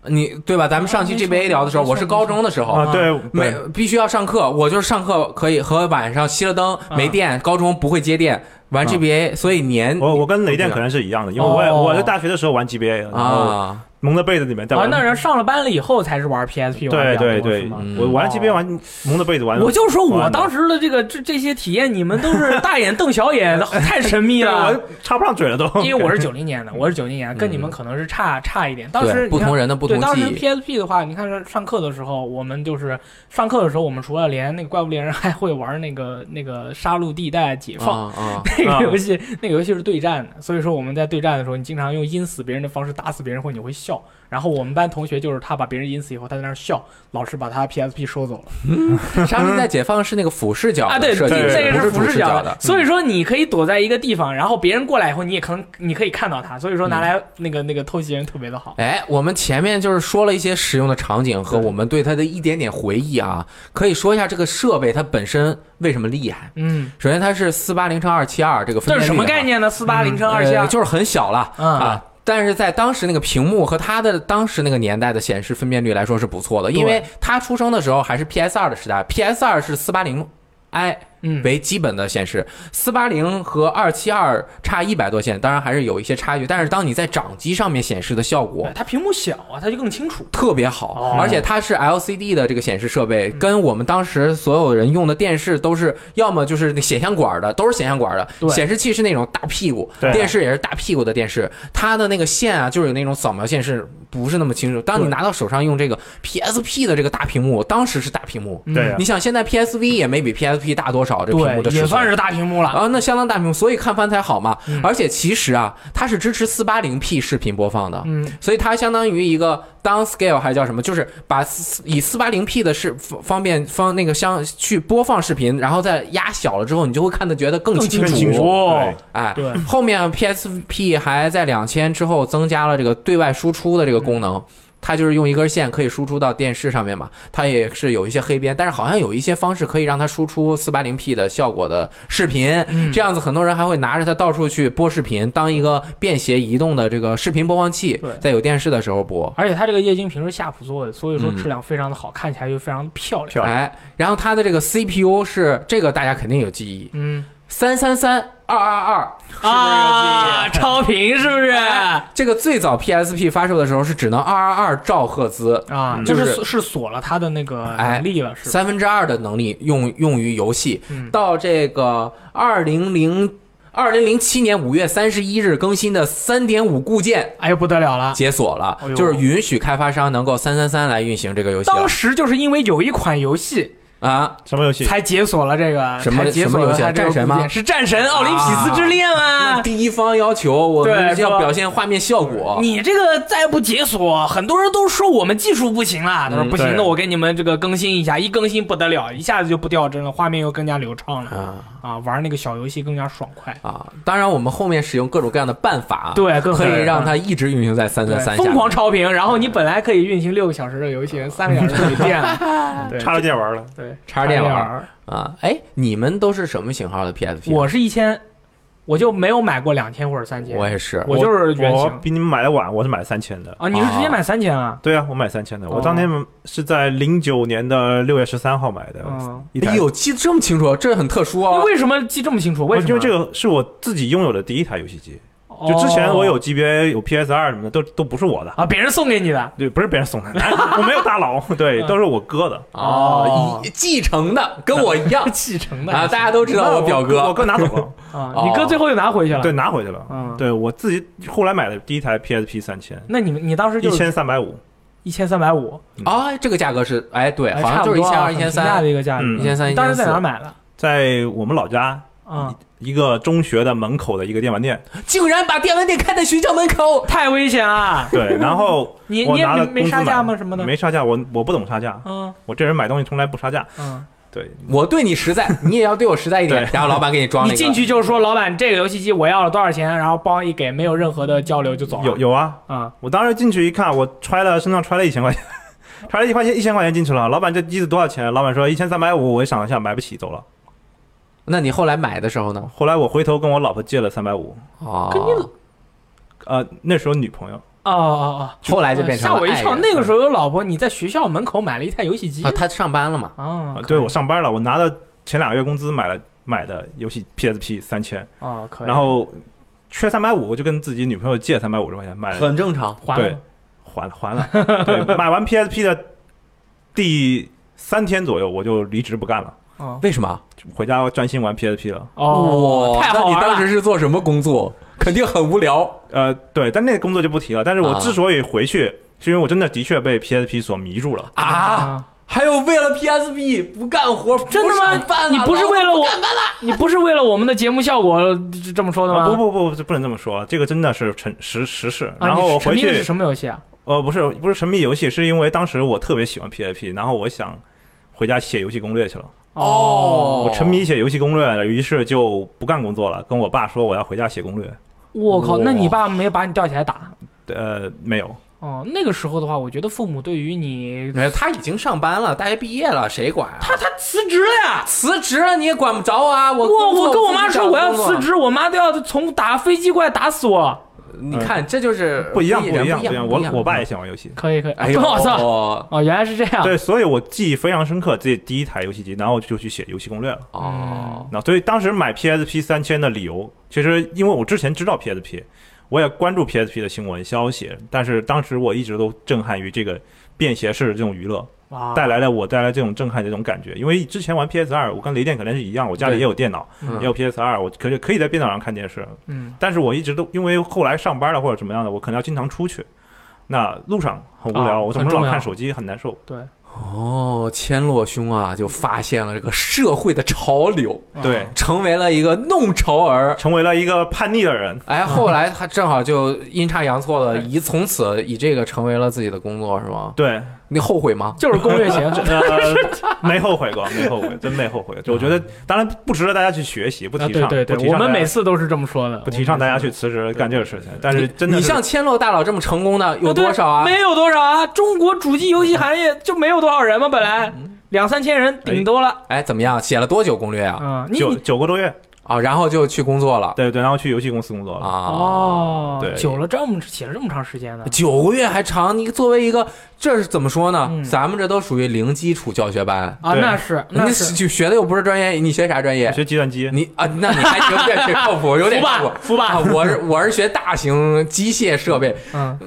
你对吧？咱们上期
啊没错
GBA 聊的时候，
没错
我是高中的时候。
啊，对，
没
对
必须要上课，我就是上课可以和晚上熄了灯
啊
没电，高中不会接电玩 GBA，、所以年
我我跟雷电可能是一样的，因为我也我在大学的时候玩 GBA，然后
哦啊，
蒙着被子里面在
啊
玩，，
那人上了班了以后才是玩 PSP 玩比较
对对
多是
对
吗，
嗯
我玩 GBA
哦
玩蒙着被子玩，
我就说我
玩的
当时的这个这这些体验，你们都是大眼瞪小眼， 太神秘
对
了。
我插不上嘴了都，
因为 我是九零年的，我是九零年，跟你们可能是差差一点。当时
嗯对
你
不
看
同人的不
对，
同
当
记
时
忆，
PSP 的话，你看上课的时候，我们就是上课的时候，我们除了连那个怪物猎人，还会玩那个那个杀戮地带解放、
啊啊，
那
啊
个游戏，那个游戏是对战的，所以说我们在对战的时候，你经常用阴死别人的方式打死别人，会你会笑。然后我们班同学就是他把别人阴死以后，他在那儿笑，老师把他 PSP 收走了
沙漠在解放是那个俯视角
啊，
的
对，
设计，
对
那个
不是
俯视
角嗯
的，，所以说你可以躲在一个地方，然后别人过来以后，你也可能你可以看到他，所以说
嗯
拿来那个那个偷袭人特别的好。
哎，我们前面就是说了一些使用的场景和我们对它的一点点回忆啊，可以说一下这个设备它本身为什么厉害。
嗯，
首先，它是四八零乘二七二这个分
这
辨率
是什么概
啊？
念呢？四八零乘二
呃
七二，
就是很小了、
嗯
啊。但是在当时那个屏幕和它的当时那个年代的显示分辨率来说是不错的，因为它出生的时候还是 PS 二的时代，PS 二是四八零 i
嗯，
为基本的显示，四八零和二七二差一百多线，当然还是有一些差距。但是当你在掌机上面显示的效果
对，它屏幕小啊，它就更清楚。
特别好
哦，嗯
而且它是 LCD 的这个显示设备，跟我们当时所有人用的电视都是，要么就是那显像管的，都是显像管
对
的，显示器是那种大屁股，
对
电视也是大屁股的电视，它的那个线啊，就是有那种扫描线是不是那么清楚？当你
对
拿到手上用这个 PSP 的这个大屏幕，当时是大屏幕，
嗯
对啊
你想现在 PSV 也没比 PSP 大多少这屏幕
对，
的尺
也
寸
算是大屏幕了。
啊，那相当大屏幕，所以看番才好嘛。
嗯
而且其实啊，它是支持 480P 视频播放的，
嗯，
所以它相当于一个 downscale 还是叫什么，就是把4以 480P 的视方方便方那个相去播放视频，然后再压小了之后，你就会看得觉得更
更
清
更
楚。
清楚
哦
对
哎，
对，
后面 PSP 还在两千之后增加了这个对外输出的这个功能，它就是用一根线可以输出到电视上面嘛。它也是有一些黑边，但是好像有一些方式可以让它输出四八零 P 的效果的视频。这样子很多人还会拿着它到处去播视频，当一个便携移动的这个视频播放器
对，
在有电视的时候播。
而且它这个液晶屏是夏普做的，所以说
嗯
质量非常的好，看起来就非常的漂亮。
漂亮
哎，然后它的这个 CPU 是这个大家肯定有记忆，
嗯
三三三二二二，是不是有记忆？
啊，超频是不是？
哎这个最早 PSP 发售的时候是只能二二二兆赫兹，
啊，
嗯
就是
就是
是锁了它的那个
哎
能力了，是吧？
三分之二的能力用用于游戏。
嗯
到这个二零零二零零七年五月三十一日更新的三点五固件
哎呦不得了了！
解锁了
哎呦，
就是允许开发商能够三三三来运行这个游戏
当
了
时就是因为有一款游戏
啊！
什么游戏？
才解锁了这个，
什么
才解锁了
什么游戏啊
它这个
战神
部
吗啊
件是战神奥林匹斯之恋啊吗？
第一方要求我们
对
要
说
表现画面效果，
你这个再不解锁，很多人都说我们技术不行了。他说
嗯
不行，
对
那我给你们这个更新一下，一更新不得了，一下子就不掉帧了，画面又更加流畅了
啊
啊，玩那个小游戏更加爽快。
啊！当然，我们后面使用各种各样的办法，
对，更
可以让
它
它一直运行在三三三下面
疯狂超频，然后你本来可以运行六个小时的游戏，三个小时就没电 了，对，
插着电玩了，
对，
插着电玩儿。啊！哎，你们都是什么型号的 PSP？
我是一千，我就没有买过两千或者三千，
我也是，
我就是原
我
型
比你们买的晚，我是买三千的。
啊，你是直接买三千啊？
对啊，我买三千的，我
哦
当年是在零九年的六月十三号买的
嗯，
一台
哎呦，记得这么清楚，这很特殊
你
哦。
为什么记这么清楚？为什么？
因为这个是我自己拥有的第一台游戏机，
哦，
就之前我有 GBA、有 PS 二什么的，都都不是我的，
啊，别人送给你的。
对，不是别人送的， 我没有大佬，对，
嗯
都是我哥的。
哦
以啊继承的，跟我一样
继承的
啊！大家都知道
那
我表
我
哥
哥拿走 了，
啊，
哦
你哥最后又拿回去了。
对，，拿回去了。
嗯，。
对我自己后来买的第一台 PSP 三千，
那你们你当时
一
就是
千三百五，
一千三百五，
啊，这个价格是哎，对，
哎
好像
差
就
不
是一
多
千
啊
二、
很
一千
平价
三
的、一个价格，
嗯
一千三、
你
一
当时
千
在哪
四，
买的？
在我们老家
啊，
一个中学的门口的一个电玩店。
竟然把电玩店开在学校门口，
太危险啊！
对，然后
你
我
你也
拿
没
了
没
工资
杀价
买
吗？什么的？
没杀价，我我不懂杀价，
嗯
我这人买东西从来不杀价。
嗯，
对，
我对你实在，你也要对我实在 一点。
对
然后老板给你装了
你
一个，
进去就说老板这个游戏机我要了多少钱，然后包一给，没有任何的交流就走了。
有有啊，
啊，
我当时进去一看，我揣了身上揣了一千块钱， 揣了一块钱一千块钱进去了。老板这机子多少钱？老板说一千三百五。我想了一下，买不起，走了。
那你后来买的时候呢？
后来我回头跟我老婆借了三百五，
哦，
跟你
呃，那时候女朋友，
哦哦
后来
哦，
哎就变成
吓
了
我一跳。
爱人
那个时候有老婆，你在学校门口买了一台游戏机
啊，他上班了嘛？
啊
呃对我上班了，我拿了前两个月工资买了买的游戏 PSP 三千，
啊，可以。
然后缺三百五，我就跟自己女朋友借三百五十块钱买了，
很正常，
还
对
了，
还还了。 对，买完 PSP 的第三天左右，我就离职不干了，
啊
为什么？
就回家专心玩 PSP 了。
哦，
哇
太
那
好
你
玩
当
了
时。是做什么工作？肯定很无聊。
呃，对，但那个工作就不提了。但是我
啊
之所以回去，是因为我真的的确被 PSP 所迷住了。
啊，
嗯
还有为了 PSP 不干活，
真的吗
不上班了啊
你不是为了我
干班了啊
你不是为了我们的节目效果 这这么说的吗？
啊、不不不，这不能这么说，这个真的是成实实事。然后我
啊、你沉
回
迷的
去
是，什么游戏啊？
呃，不是不是沉迷游戏，是因为当时我特别喜欢 PSP，然后我想回家写游戏攻略去了。
哦
我沉迷写游戏攻略，于是就不干工作了，跟我爸说我要回家写攻略。
我靠，
哇
那你爸没把你吊起来打？
呃，没有，
哦，那个时候的话，我觉得父母对于你，
没有，他已经上班了，大学毕业了，谁管啊？
他他辞职了呀！
辞职了你也管不着啊！我
我我跟我妈说我要
自己找
辞
工作，
职，我妈都要从打飞机过来打死我。
你看这就是
不一样嗯不
人
一
一
样
样
不一样。我我
啊
爸也喜欢玩游戏。
可以可以，
哎 呦，
我操、哦，原来是这样。
对，所以我记忆非常深刻，这第一台游戏机，然后就去写游戏攻略了。
哦，
那所以当时买 PSP 三千的理由，其实因为我之前知道 PSP，我也关注 PSP 的新闻消息，但是当时我一直都震撼于这个便携式的这种娱乐
哇，
带来了我带来这种震撼的这种感觉。因为之前玩 PS 二，我跟雷电可能是一样，我家里也有电脑，
嗯
也有 PS 二，我可以可以在电脑上看电视，
嗯，
但是我一直都因为后来上班了或者怎么样的，我可能要经常出去，那路上很无聊，
啊
我怎么
很重
老
要
看手机很难受。
对，
哦，千洛兄啊，就发现了这个社会的潮流，
对
啊，
成为了一个弄潮儿。
成为了一个叛逆的人。
哎，后来他正好就阴差阳错
哎
的，以从此以这个成为了自己的工作，是吗？
对，。
你后悔吗？
就是攻略型
呃，没后悔过，没后悔，真没 后悔。就我觉得，当然不值得大家去学习， 不
啊，
提
对
倡，
对对
不提，
我
倡
们
大家
每次都是这么说的，
不提倡大家去
我们
辞职干这个事情。但
你
是真的
你
是
像千洛大佬这么成功的有多少啊？
没有多少啊！中国主机游戏行业就没有多少人嘛，本来
嗯
两三千人顶多了。
哎，怎么样？写了多久攻略啊？
啊，你
九
你
九个多月，
啊，然后就去工作了
对对，然后去游戏公司工作了。
啊。
哦，
对
久了这么写了这么长时间呢，
九个月还长，你作为一个这是怎么说呢？
嗯
咱们这都属于零基础教学班，
啊，
对
那是 那
你
是
就学的又不是专业，你学啥专业
我？学计算机，
你啊，那你还行，这这靠 谱，有点靠谱。
服
啊
吧，，
我是我是学大型机械设备，
嗯，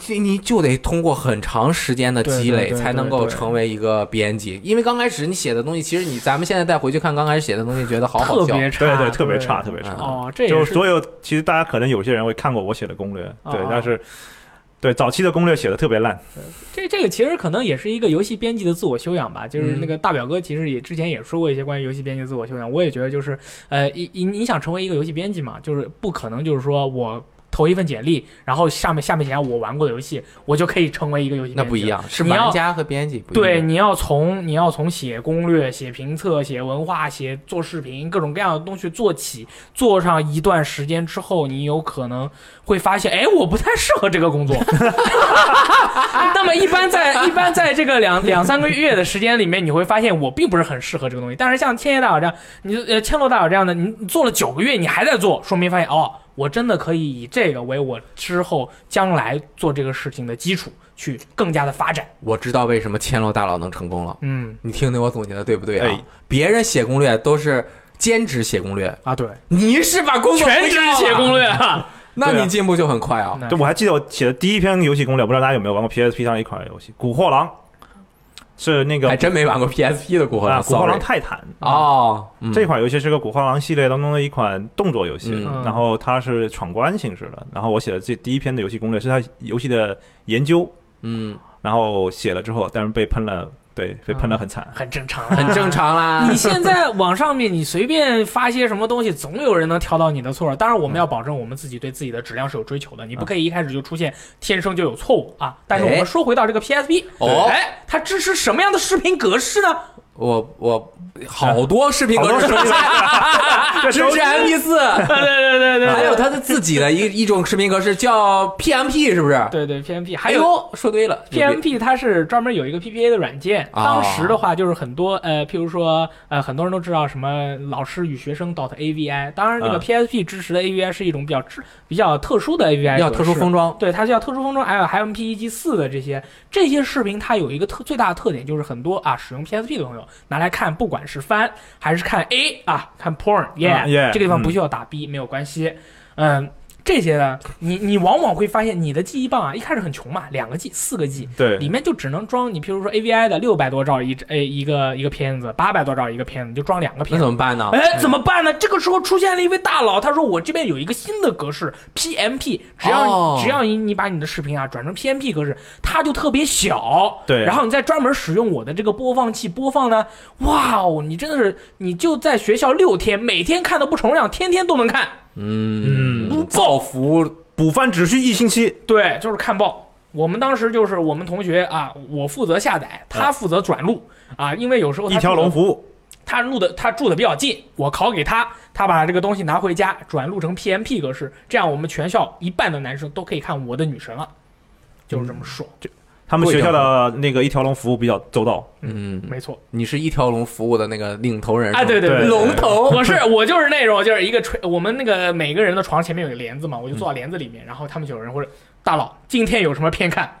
这你就得通过很长时间的
对
积
对
累，
对对
才能够
对
成为一个编辑。因为刚开始你写的东西，其实你咱们现在再回去看刚开始写的东西，觉得好
特
好笑。嗯
别差，
对对，特别差，特别差。
哦，这
就
也
是
是
所有，其实大家可能有些人会看过我写的攻略，对
啊，
但是对早期的攻略写的特别烂，
这这个其实可能也是一个游戏编辑的自我修养吧，就是
嗯
那个大表哥其实也之前也说过一些关于游戏编辑的自我修养，我也觉得就是呃，一你你想成为一个游戏编辑嘛，就是不可能就是说我投一份简历，然后下面下面写我玩过的游戏，我就可以成为一个游戏编辑，
那不一。样，是
你要
玩家和编辑不一样。
对，你要从你要从写攻略、写评测、写文化、写做视频各种各样的东西做起，做上一段时间之后，你有可能会发现，哎，我不太适合这个 工作。那么一般在一般在这个两两三个月的时间里面，你会发现我并不是很适合这个东西。但是像千叶大佬这样，你呃千罗大佬这样的，你你做了九个月，你还在做，说明发现哦，我真的可以以这个为我之后将来做这个事情的基础，去更加的发展。
我知道为什么千楼大佬能成功了。
嗯
你听听我总结的对不对啊？
哎
别人写攻略都是兼职写攻略，
啊，对。
你是把工作
全职写攻
略，
略啊！
那
对啊
你进步就很快
哎
啊。
就我还记得我写的第一篇游戏攻略，不知道大家有没有玩过 PSP 上一款游戏《古惑狼》，是那个
还真没玩过 PSP 的古惑
啊，
狼，
《古惑狼
sorry
泰坦》
哦，嗯
这款游戏是个《古惑狼》系列当中的一款动作游戏，
嗯
然后它是闯关形式的。然后我写的这第一篇的游戏攻略是它游戏的研究，
嗯
然后写了之后，但是被喷了，对，被喷的很惨。
很正常，啊
很正。常啊啦
你。现在网上面你随便发些什么东西，总有人能挑到你的错儿。当然，
嗯
我们要保证我们自己对自己的质量是有追求的，你不可以一开始就出现天生就有错误啊。但是我们说回到这个 PSP，
哎哦
哎，它支持什么样的视频格式呢？
我我好多视频
好
格
多
式
视频
出现，支持 MP 四，
对对对对
还有他的自己的一一种视频格式叫 PMP，是不是？
对对 PMP，还
哎
有
呦，说对了
PMP 它是专门有一个 PPA 的软件，
哦
当时的话就是很多呃，譬如说呃，很多人都知道什么老师与学生 dot AVI，当然这个
嗯
PSP 支持的 AVI 是一种比较之比较特殊的 AVI，
比较特殊
格式
封装，
对，它叫特殊封装，还有还有 MP 一 G 四的这些这些视频，它有一个特最大的特点就是很多啊使用 PSP 的朋友拿来看，不管是翻还是看 A 啊，看 porn，yeah，、
嗯，yeah，
这个地方
嗯
不需要打 B，、没有关系，嗯。这些呢，你你往往会发现你的记忆棒啊，一开始很穷嘛，两个 G、四个 G，
对
里面就只能装你，譬如说 AVI 的六百多兆一呃一个一个片子，八百多兆一个片子，你就装两个
那
片子
怎。么办
啊
呢？
哎，怎么办呢？这个时候出现了一位大佬，他说：“我这边有一个新的格式 PMP，只要、
哦
只要你你把你的视频啊转成 PMP 格式，它就特别小。
对
然后你再专门使用我的这个播放器播放呢，哇哦，你真的是你就在学校六天，每天看都不重样，天天都能看。
嗯，造福
补番只需一星期，
对，就是看报。我们当时就是我们同学啊，我负责下载，他负责转录啊，因为有时候他
一条
负责
龙服务。
他录的他住的比较近，我拷给他，他把这个东西拿回家转录成 PMP 格式，这样我们全校一半的男生都可以看我的女神了，就是这么爽，
他们学校的那个一条龙服务比较周到，
嗯，
没错。
你是一条龙服务的那个领头人
哎，对
对，
对
对
对，
龙头
我是我就是那种就是一个垂，我们那个每个人的床前面有个帘子嘛，我就坐到帘子里面，然后他们有人或者大佬今天有什么片看，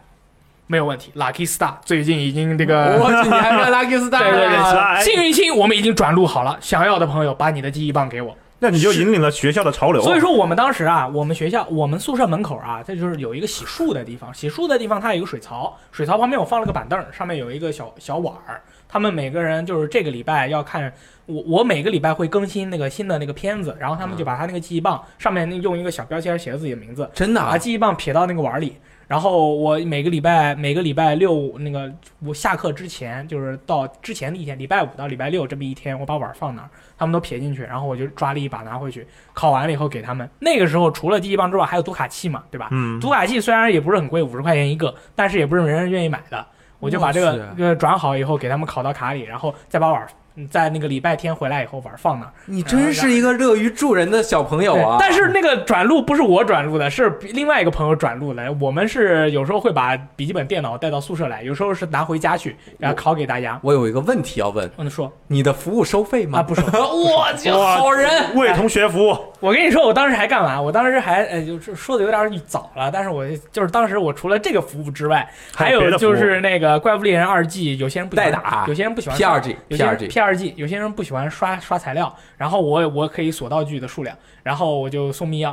没有问题，Lucky Star 最近已经这个。
我去，你还是 Lucky Star
对对
啊
对，
哎
幸运星我们已经转录好了，想要的朋友把你的记忆棒给我。
那你就引领了学校的潮流。
所以，说我们当时啊，我们学校我们宿舍门口啊，这就是有一个洗漱的地方，洗漱的地方它有一个水槽，水槽旁边我放了个板凳，上面有一个小小碗儿，他们每个人就是这个礼拜要看我，我每个礼拜会更新那个新的那个片子，然后他们就把他那个记忆棒上面那用一个小标签写了自己的名字，
真的啊
把，记忆棒撇到那个碗里。然后我每个礼拜每个礼拜六那个我下课之前，就是到之前的一天，礼拜五到礼拜六这么一天，我把碗放哪儿，他们都撇进去，然后我就抓了一把拿回去，烤完了以后给他们。那个时候除了记忆棒之外，还有读卡器嘛，对吧？
嗯，
读卡器虽然也不是很贵，五十块钱一个，但是也不是人人愿意买的。我就把这个
哇
呃转好以后，给他们拷到卡里，然后再把碗儿嗯在那个礼拜天回来以后碗儿放那儿。
你真是一个乐于助人的小朋友
对
啊！
但是那个转录不是我转录的，是另外一个朋友转录的。我们是有时候会把笔记本电脑带到宿舍来，有时候是拿回家去，然后拷给大家。
我有一个问题要问，
我跟你说
你的服务收费吗？
啊，不收。
我去，好人，
为同学服务，
我跟你说，我当时还干嘛？我当时还呃，就是说的有点早了，但是我就是当时我除了这个服务之外，还
别
有
的服务
就是那个《怪物猎人二季》，有些人不喜欢
代打
有些人不喜欢
P 二 G
有
P
些
二
人
G，
P 二 G，有些人不喜欢刷刷材料，然后我我可以锁道具的数量，然后我就送密钥。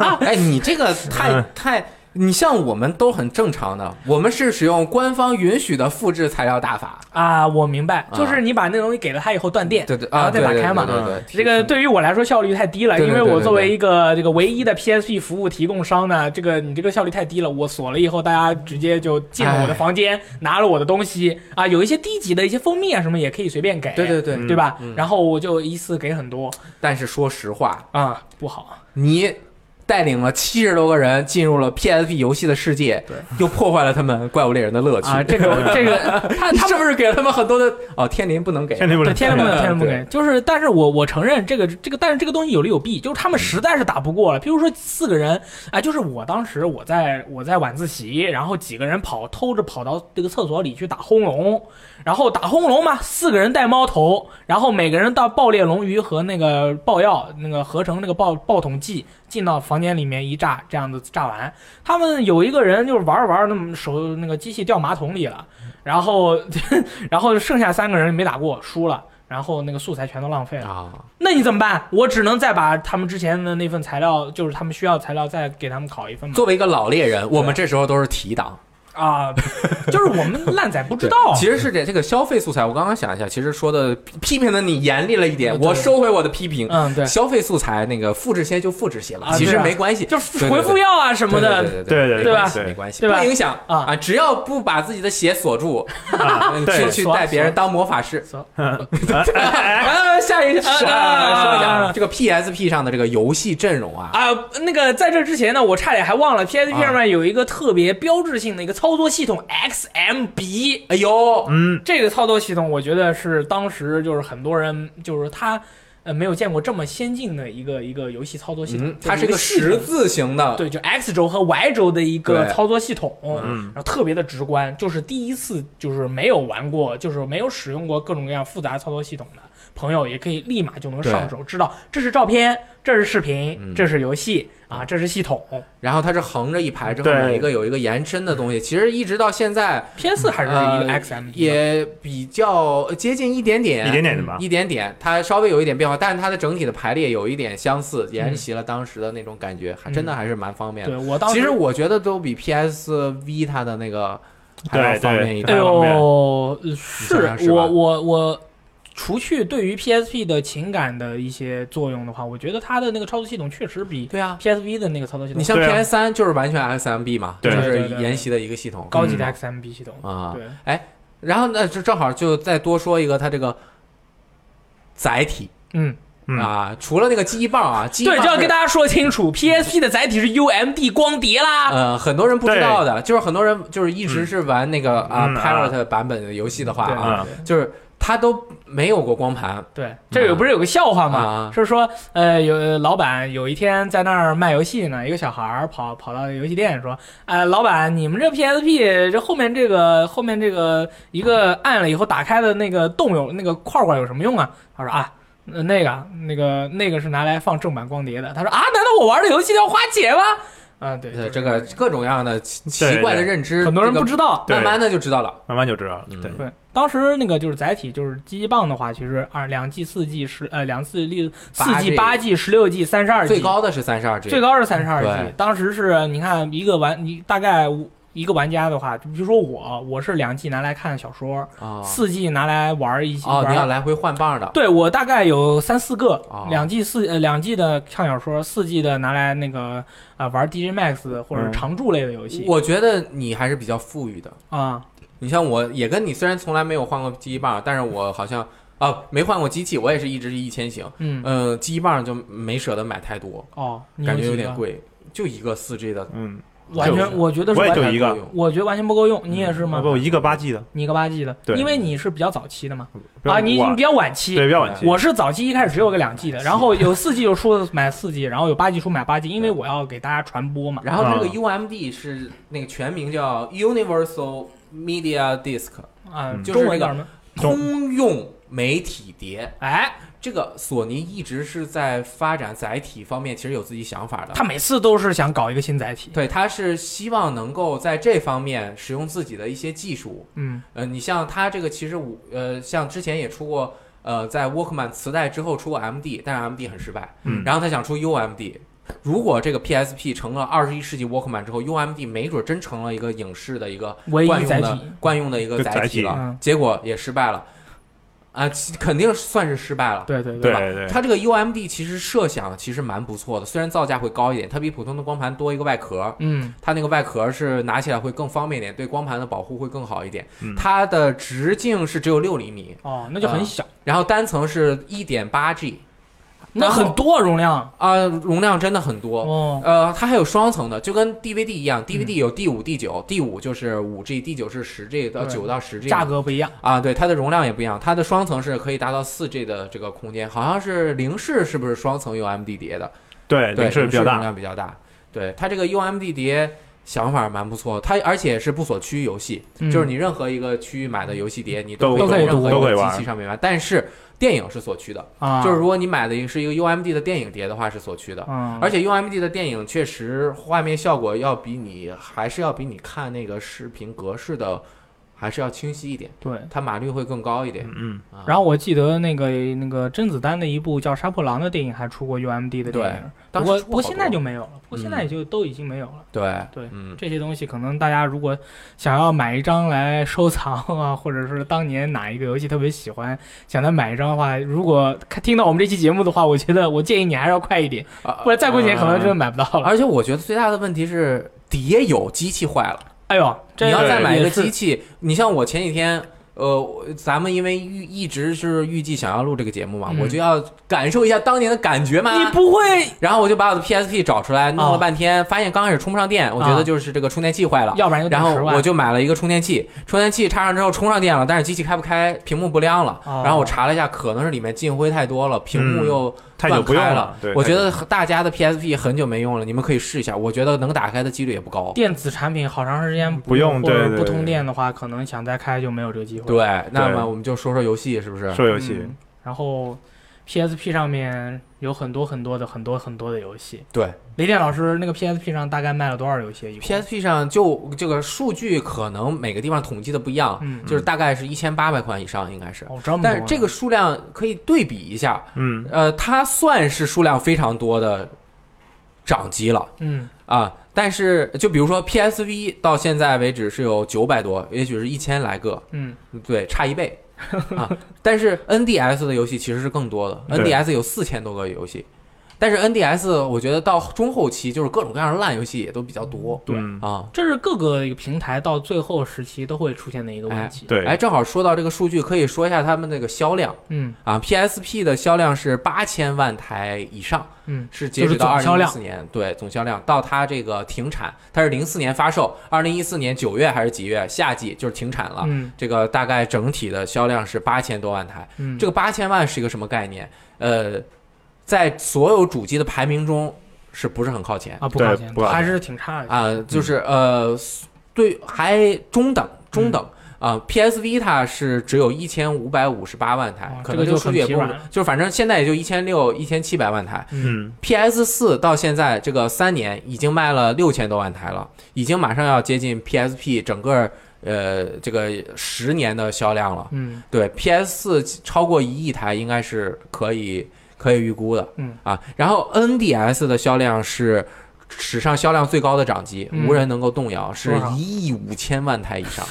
啊
哎，你这个太
嗯
太，你像我们都很正常的，我们是使用官方允许的复制材料大法，
啊，我明白，就
啊
是你把那东西给了他以后断电，
对对
然
啊，
后再
对
打
对
开嘛。嗯
对对，
这个对于我来说效率太低了，
对
因
对
为
对
我
对
作为
对
一个这个唯一的 PSP 服务提供商呢，这个你这个效率太低了。我锁了以后，大家直接就进了我的
哎
房间，拿了我的东西啊，有一些低级的一些封面啊什么也可以随便给，
对对对。
嗯
对吧
嗯？
然后我就一次给很多
但是说实话，
啊，不好。
你带领了七十多个人进入了 PSP 游戏的世界，
对，
又破坏了他们怪物猎人的乐趣
啊，这个这个，他
你
他
是不是给了他们很多的哦？天灵不能给，
天天不
对，天天不能，
对
天天不给。就是，但是我我承认这个这个，但是这个东西有利有弊，就是他们实在是打不过了。譬如说四个人，啊、就是我当时我在我在晚自习，然后几个人跑偷着跑到这个厕所里去打轰龙，然后打轰龙嘛，四个人带猫头，然后每个人到爆裂龙鱼和那个爆药那个合成那个爆爆桶剂进到房间里面一炸，这样子炸完。他们有一个人就是玩着玩着，那么手那个机器掉马桶里了，然后 然后剩下三个人没打过，输了。然后那个素材全都浪费了，
啊，
那你怎么办？我只能再把他们之前的那份材料，就是他们需要材料，再给他们考一份嘛。
作为一个老猎人，我们这时候都是提档，
啊，就是我们烂仔不知 道，
其实是这这个消费素材，我刚刚想一下，其实说的批批评的你严厉了一点，
嗯对
我收回我的批评。
嗯，对，
消费素材那个复制些就复制些吧，
啊
其实
对啊
没关系，
就是回复要啊什
什
么的，
对
对
对
对没
对
关
吧
系没关系，
对吧
不影响
啊
啊，只要不把自己的血锁住，
啊
嗯
对
去去带别人当魔法师。啊，下一个啊，啊说一下这个 PSP 上的这个游戏阵容啊，
啊、那个在这之前呢，我差点还忘了 PSP 上面有一个特别标志性的一个操作系统 XMB。
哎呦，
嗯，
这个操作系统，我觉得是当时就是很多人就是他呃没有见过这么先进的一个一个游戏操作系统，
嗯，
就
它是
一
个
个系统
十字形的，
对，就 X 轴和 Y 轴的一个
对
操作系统，
嗯
然后特别的直观，就是第一次就是没有玩过，就是没有使用过各种各样复杂操作系统的朋友，也可以立马就能上手，知道这是照片，这是视频，
嗯
这是游戏啊，这是系统。
然后它是横着一排之后，
对
每一个有一个延伸的东西。其实一直到现在，
PS 4还是一个
呃
XM
也比较呃接近一点点，
一点点的吧
嗯一点点，它稍微有一点变化，但是它的整体的排列有一点相似，沿袭了当时的那种感觉，还真的还是蛮方便的。
嗯对我当时
其实我觉得都比 PSV 它的那个还
对
要方便一
哎
点
对。方便
呦，
想
是
想是吧
我我我，除去对于 PSP 的情感的一些作用的话，我觉得它的那个操作系统确实比
对啊，
PSV 的那个操作系
你
统
像
对啊
PS 3就是完全 XMB 嘛，就
对
是
对对对
沿袭的一个系统
高级的 XMB 系统。
嗯啊。
对，
然后呢，就正好就再多说一个它这个载体。
嗯，
嗯
啊，除了那个记忆棒啊，记忆棒
对，就要
是
跟大家说清楚，PSP 的载体是 UMD 光碟啦。
呃，很多人不知道的，就是很多人就是一直是玩那个啊
嗯啊
Pirate 版本的游戏的话
对
啊，
啊
就是他都没有过光盘，
对，这有不是有个笑话
啊
吗？是说，呃，有老板有一天在那儿卖游戏呢，一个小孩儿跑跑到游戏店说：“哎，老板，你们这 PSP 这后面这个后面这个一个按了以后打开的那个洞有那个块块有什么用啊？”他说：“啊。”呃那个、那个、那个是拿来放正版光碟的。他说啊，难道我玩的游戏要花钱吗？啊，对，
呃
就是
这个各种各样的奇奇怪的认知，
很多人不知道。
这个，
对
慢慢的就知道了。
慢慢就知道了，
嗯
对，
对，当时那个就是载体，就是记忆棒的话，其实二两 G、四 G、十呃两次六四 G、
G
八 G、十六 G、三十二 G，
最高的是三十二 G，
最高是三十二 G
对。
当时是你看一个玩你大概五一个玩家的话，就比如说我，我是两季拿来看小说，
啊
四季拿来玩一些
哦，
玩
你要来回换棒的，
对我大概有三四个，
哦
两季四呃两季的看小说，四季的拿来那个啊、呃玩 DJ Max 或者
嗯
常驻类的游戏
我觉得你还是比较富裕的。
啊、
你像我也跟你虽然从来没有换过记忆棒，但是我好像啊没换过机器，我也是一直一千行。
嗯
嗯，记忆棒就没舍得买太多，
哦，你
呃感觉
几
有
个
点，贵，就一个四 G 的，
嗯，
完
就
全我觉得是
我也
完
就
全，
一个
够用嗯
我觉得完全不够用，你也是吗
哦不，？我一个八 G 的，
你一个八 G 的，
对
因为你是比较早期的嘛，
不要
啊，你
晚
你比较晚期，
对，比较晚期。
我是早期一开始只有个两 G 的，然后有四 G 就出买四 G，然后有八 G 出买八 G，因为我要给大家传播嘛。
然后它这个
啊
UMD 是那个全名叫 Universal Media Disc，
啊、
嗯
中文叫什么？
中
通用媒体碟。
哎，
这个索尼一直是在发展载体方面，其实有自己想法的。
他每次都是想搞一个新载体。
对，他是希望能够在这方面使用自己的一些技术。
嗯
呃，你像他这个，其实我呃，像之前也出过，呃，在 Walkman 磁带之后出过 MD，但是 MD 很失败。
嗯
然后他想出 UMD。如果这个 PSP 成了二十一世纪 Walkman 之后，UMD 没准真成了一个影视的一个
唯一
惯用
载
的
体
惯用的一个
就
载
载
体
体
了，
嗯
结果也失败了，啊，其肯定算是失败了。
对对
对
吧
对
它这个 UMD 其实设想其实蛮不错的，虽然造价会高一点，它比普通的光盘多一个外壳，
嗯，
它那个外壳是拿起来会更方便一点，对光盘的保护会更好一点。
嗯
它的直径是只有六厘米，
哦，那就很小，
然后单层是一点八 G，
那很多容量
啊、容量真的很多。
哦。
呃，它还有双层的，就跟 DVD 一
嗯
样，DVD 有第五、第九，第五就是五 G，第九是十 G 到
对
九到十 G，
价格不一样，
啊，对，它的容量也不一样，它的双层是可以达到四 G 的这个空间，好像是零式是不是双层 UMD 碟的？
对
对，
零是比较
容
大，
量比较大。对它这个 UMD 碟想法蛮不错，它而且是不锁区域游戏，
嗯
就是你任何一个区域买的游戏碟，你
嗯都
可以在
可以
任何
都
一
可以
个机
玩
器上面玩，但是电影是锁区的，
啊，
就是如果你买的是一个 UMD 的电影碟的话是锁区
啊
的。
嗯，
而且 UMD 的电影确实画面效果要比你还是要比你看那个视频格式的还是要清晰一点，
对。
它码率会更高一点。
嗯，
啊
然后我记得那个那个甄子丹的一部叫《杀破狼》的电影还出过 UMD 的电影，
当
不
时
过
出
不
过
过
好
现在
多嗯
就没有了，不过现在也就都已经没有了。
对
对
嗯，
这些东西可能大家如果想要买一张来收藏啊，或者是当年哪一个游戏特别喜欢，想再买一张的话，如果看听到我们这期节目的话，我觉得我建议你还是要快一点，
啊
不然再过几年可能真的
嗯
买不到 了。
而且我觉得最大的问题是碟有，机器坏了，
哎呦，这
你要
个
再买一
也
个
是
机器，你像我前几天。呃，我咱们因为预一直是预计想要录这个节目嘛，
嗯
我就要感受一下当年的感觉嘛。
你不 会，
然后我就把我的 PSP 找出来，弄了
啊
半天，发现刚开始充不上电，我觉
啊
得就是这个充电器坏了。
要不然就
然后
10万
我就买了一个充电器，充电器插上之后充上电了，但是机器开不开，屏幕不亮了。
哦
然后我查了一下，可能是里面进灰太多了，屏幕
嗯
又
太久不用
乱开
了对
我
太
觉
久
得大家的 PSP 很久没用了，你们可以试一下，我觉得能打开的几率也不高。
电子产品好长时间
不用
或
对
者
对
不
对
通电的话，可能想再开就没有这个机会。
对，那
对
么我们就说说游戏是不是？
说游戏
嗯，然后 PSP 上面有很多很多的很多很多的游戏。
对
雷电老师，那个 PSP 上大概卖了多少游戏啊一共
，PSP 上就这个数据可能每个地方统计的不一样，
嗯
就是大概是一千八百款以上应该是。
哦，这么多
但是
呢
这个数量可以对比一下，
嗯，
呃，它算是数量非常多的掌机了。
嗯
啊，但是就比如说 PSV 到现在为止是有九百多，也许是一千来个，
嗯
对，差一倍 啊。但是 NDS 的游戏其实是更多的
对
，NDS 有四千多个游戏，但是 NDS 我觉得到中后期就是各种各样的烂游戏也都比较多，
对
嗯
啊。
这是各个平台到最后时期都会出现的一个问题。，
对，
哎，正好说到这个数据，可以说一下他们那个销量
嗯
啊，PSP 的销量是八千万台以上，
嗯，
是截止到
就
二
是总销
零一
量
四年，对总销量到它这个停产，它是零四年发售，二零一四年九月还是几月夏季就是停产了。
嗯
这个大概整体的销量是八千多万台，
嗯，
这
个
个八千万是一个什么概念？呃，在所有主机的排名中是不是很靠前
啊不
对
靠前，
不靠前
还是挺差的。
啊、就是呃，对，还中等中等。
嗯
啊、p s Vita 是只有一千五百五十八万台，
哇
可
哦这
能
个
这个
就
数
很
据也
疲
不
软了
就是反正现在也就一千六、一千七百万台，
嗯
PS 四到现在这个三年已经卖了六千多万台了，已经马上要接近 PSP 整个呃这个十年的销量了。
嗯
对 PS 四超过一亿台应该是可以可以预估的
嗯
啊。然后 NDS 的销量是史上销量最高的掌机，
嗯
无人能够动摇，是
多少
一亿五千万台以上。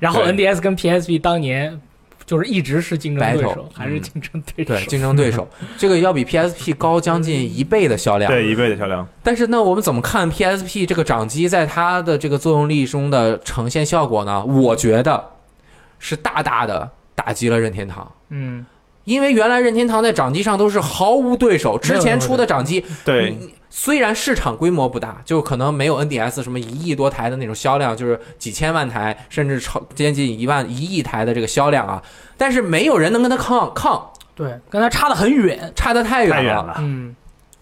然后
对
NDS 跟 PSP 当年就是一直是竞争对
Battle，
手，还是
嗯
竞争对手。
对，竞争对手，这个要比 PSP 高将近一倍的销量。
对一倍的销量，
但是呢，我们怎么看 PSP 这个掌机在它的这个作用力中的呈现效果呢？我觉得是大大的打击了任天堂。
嗯，
因为原来任天堂在掌机上都是毫无对手，之前出的掌机，
对
你虽然市场规模不大，就可能没有 NDS 什么一亿多台的那种销量，就是几千万台，甚至超接近一万一亿台的这个销量啊，但是没有人能跟它抗抗，
对，跟他差得很远。
差得太远了。
太远了，
嗯，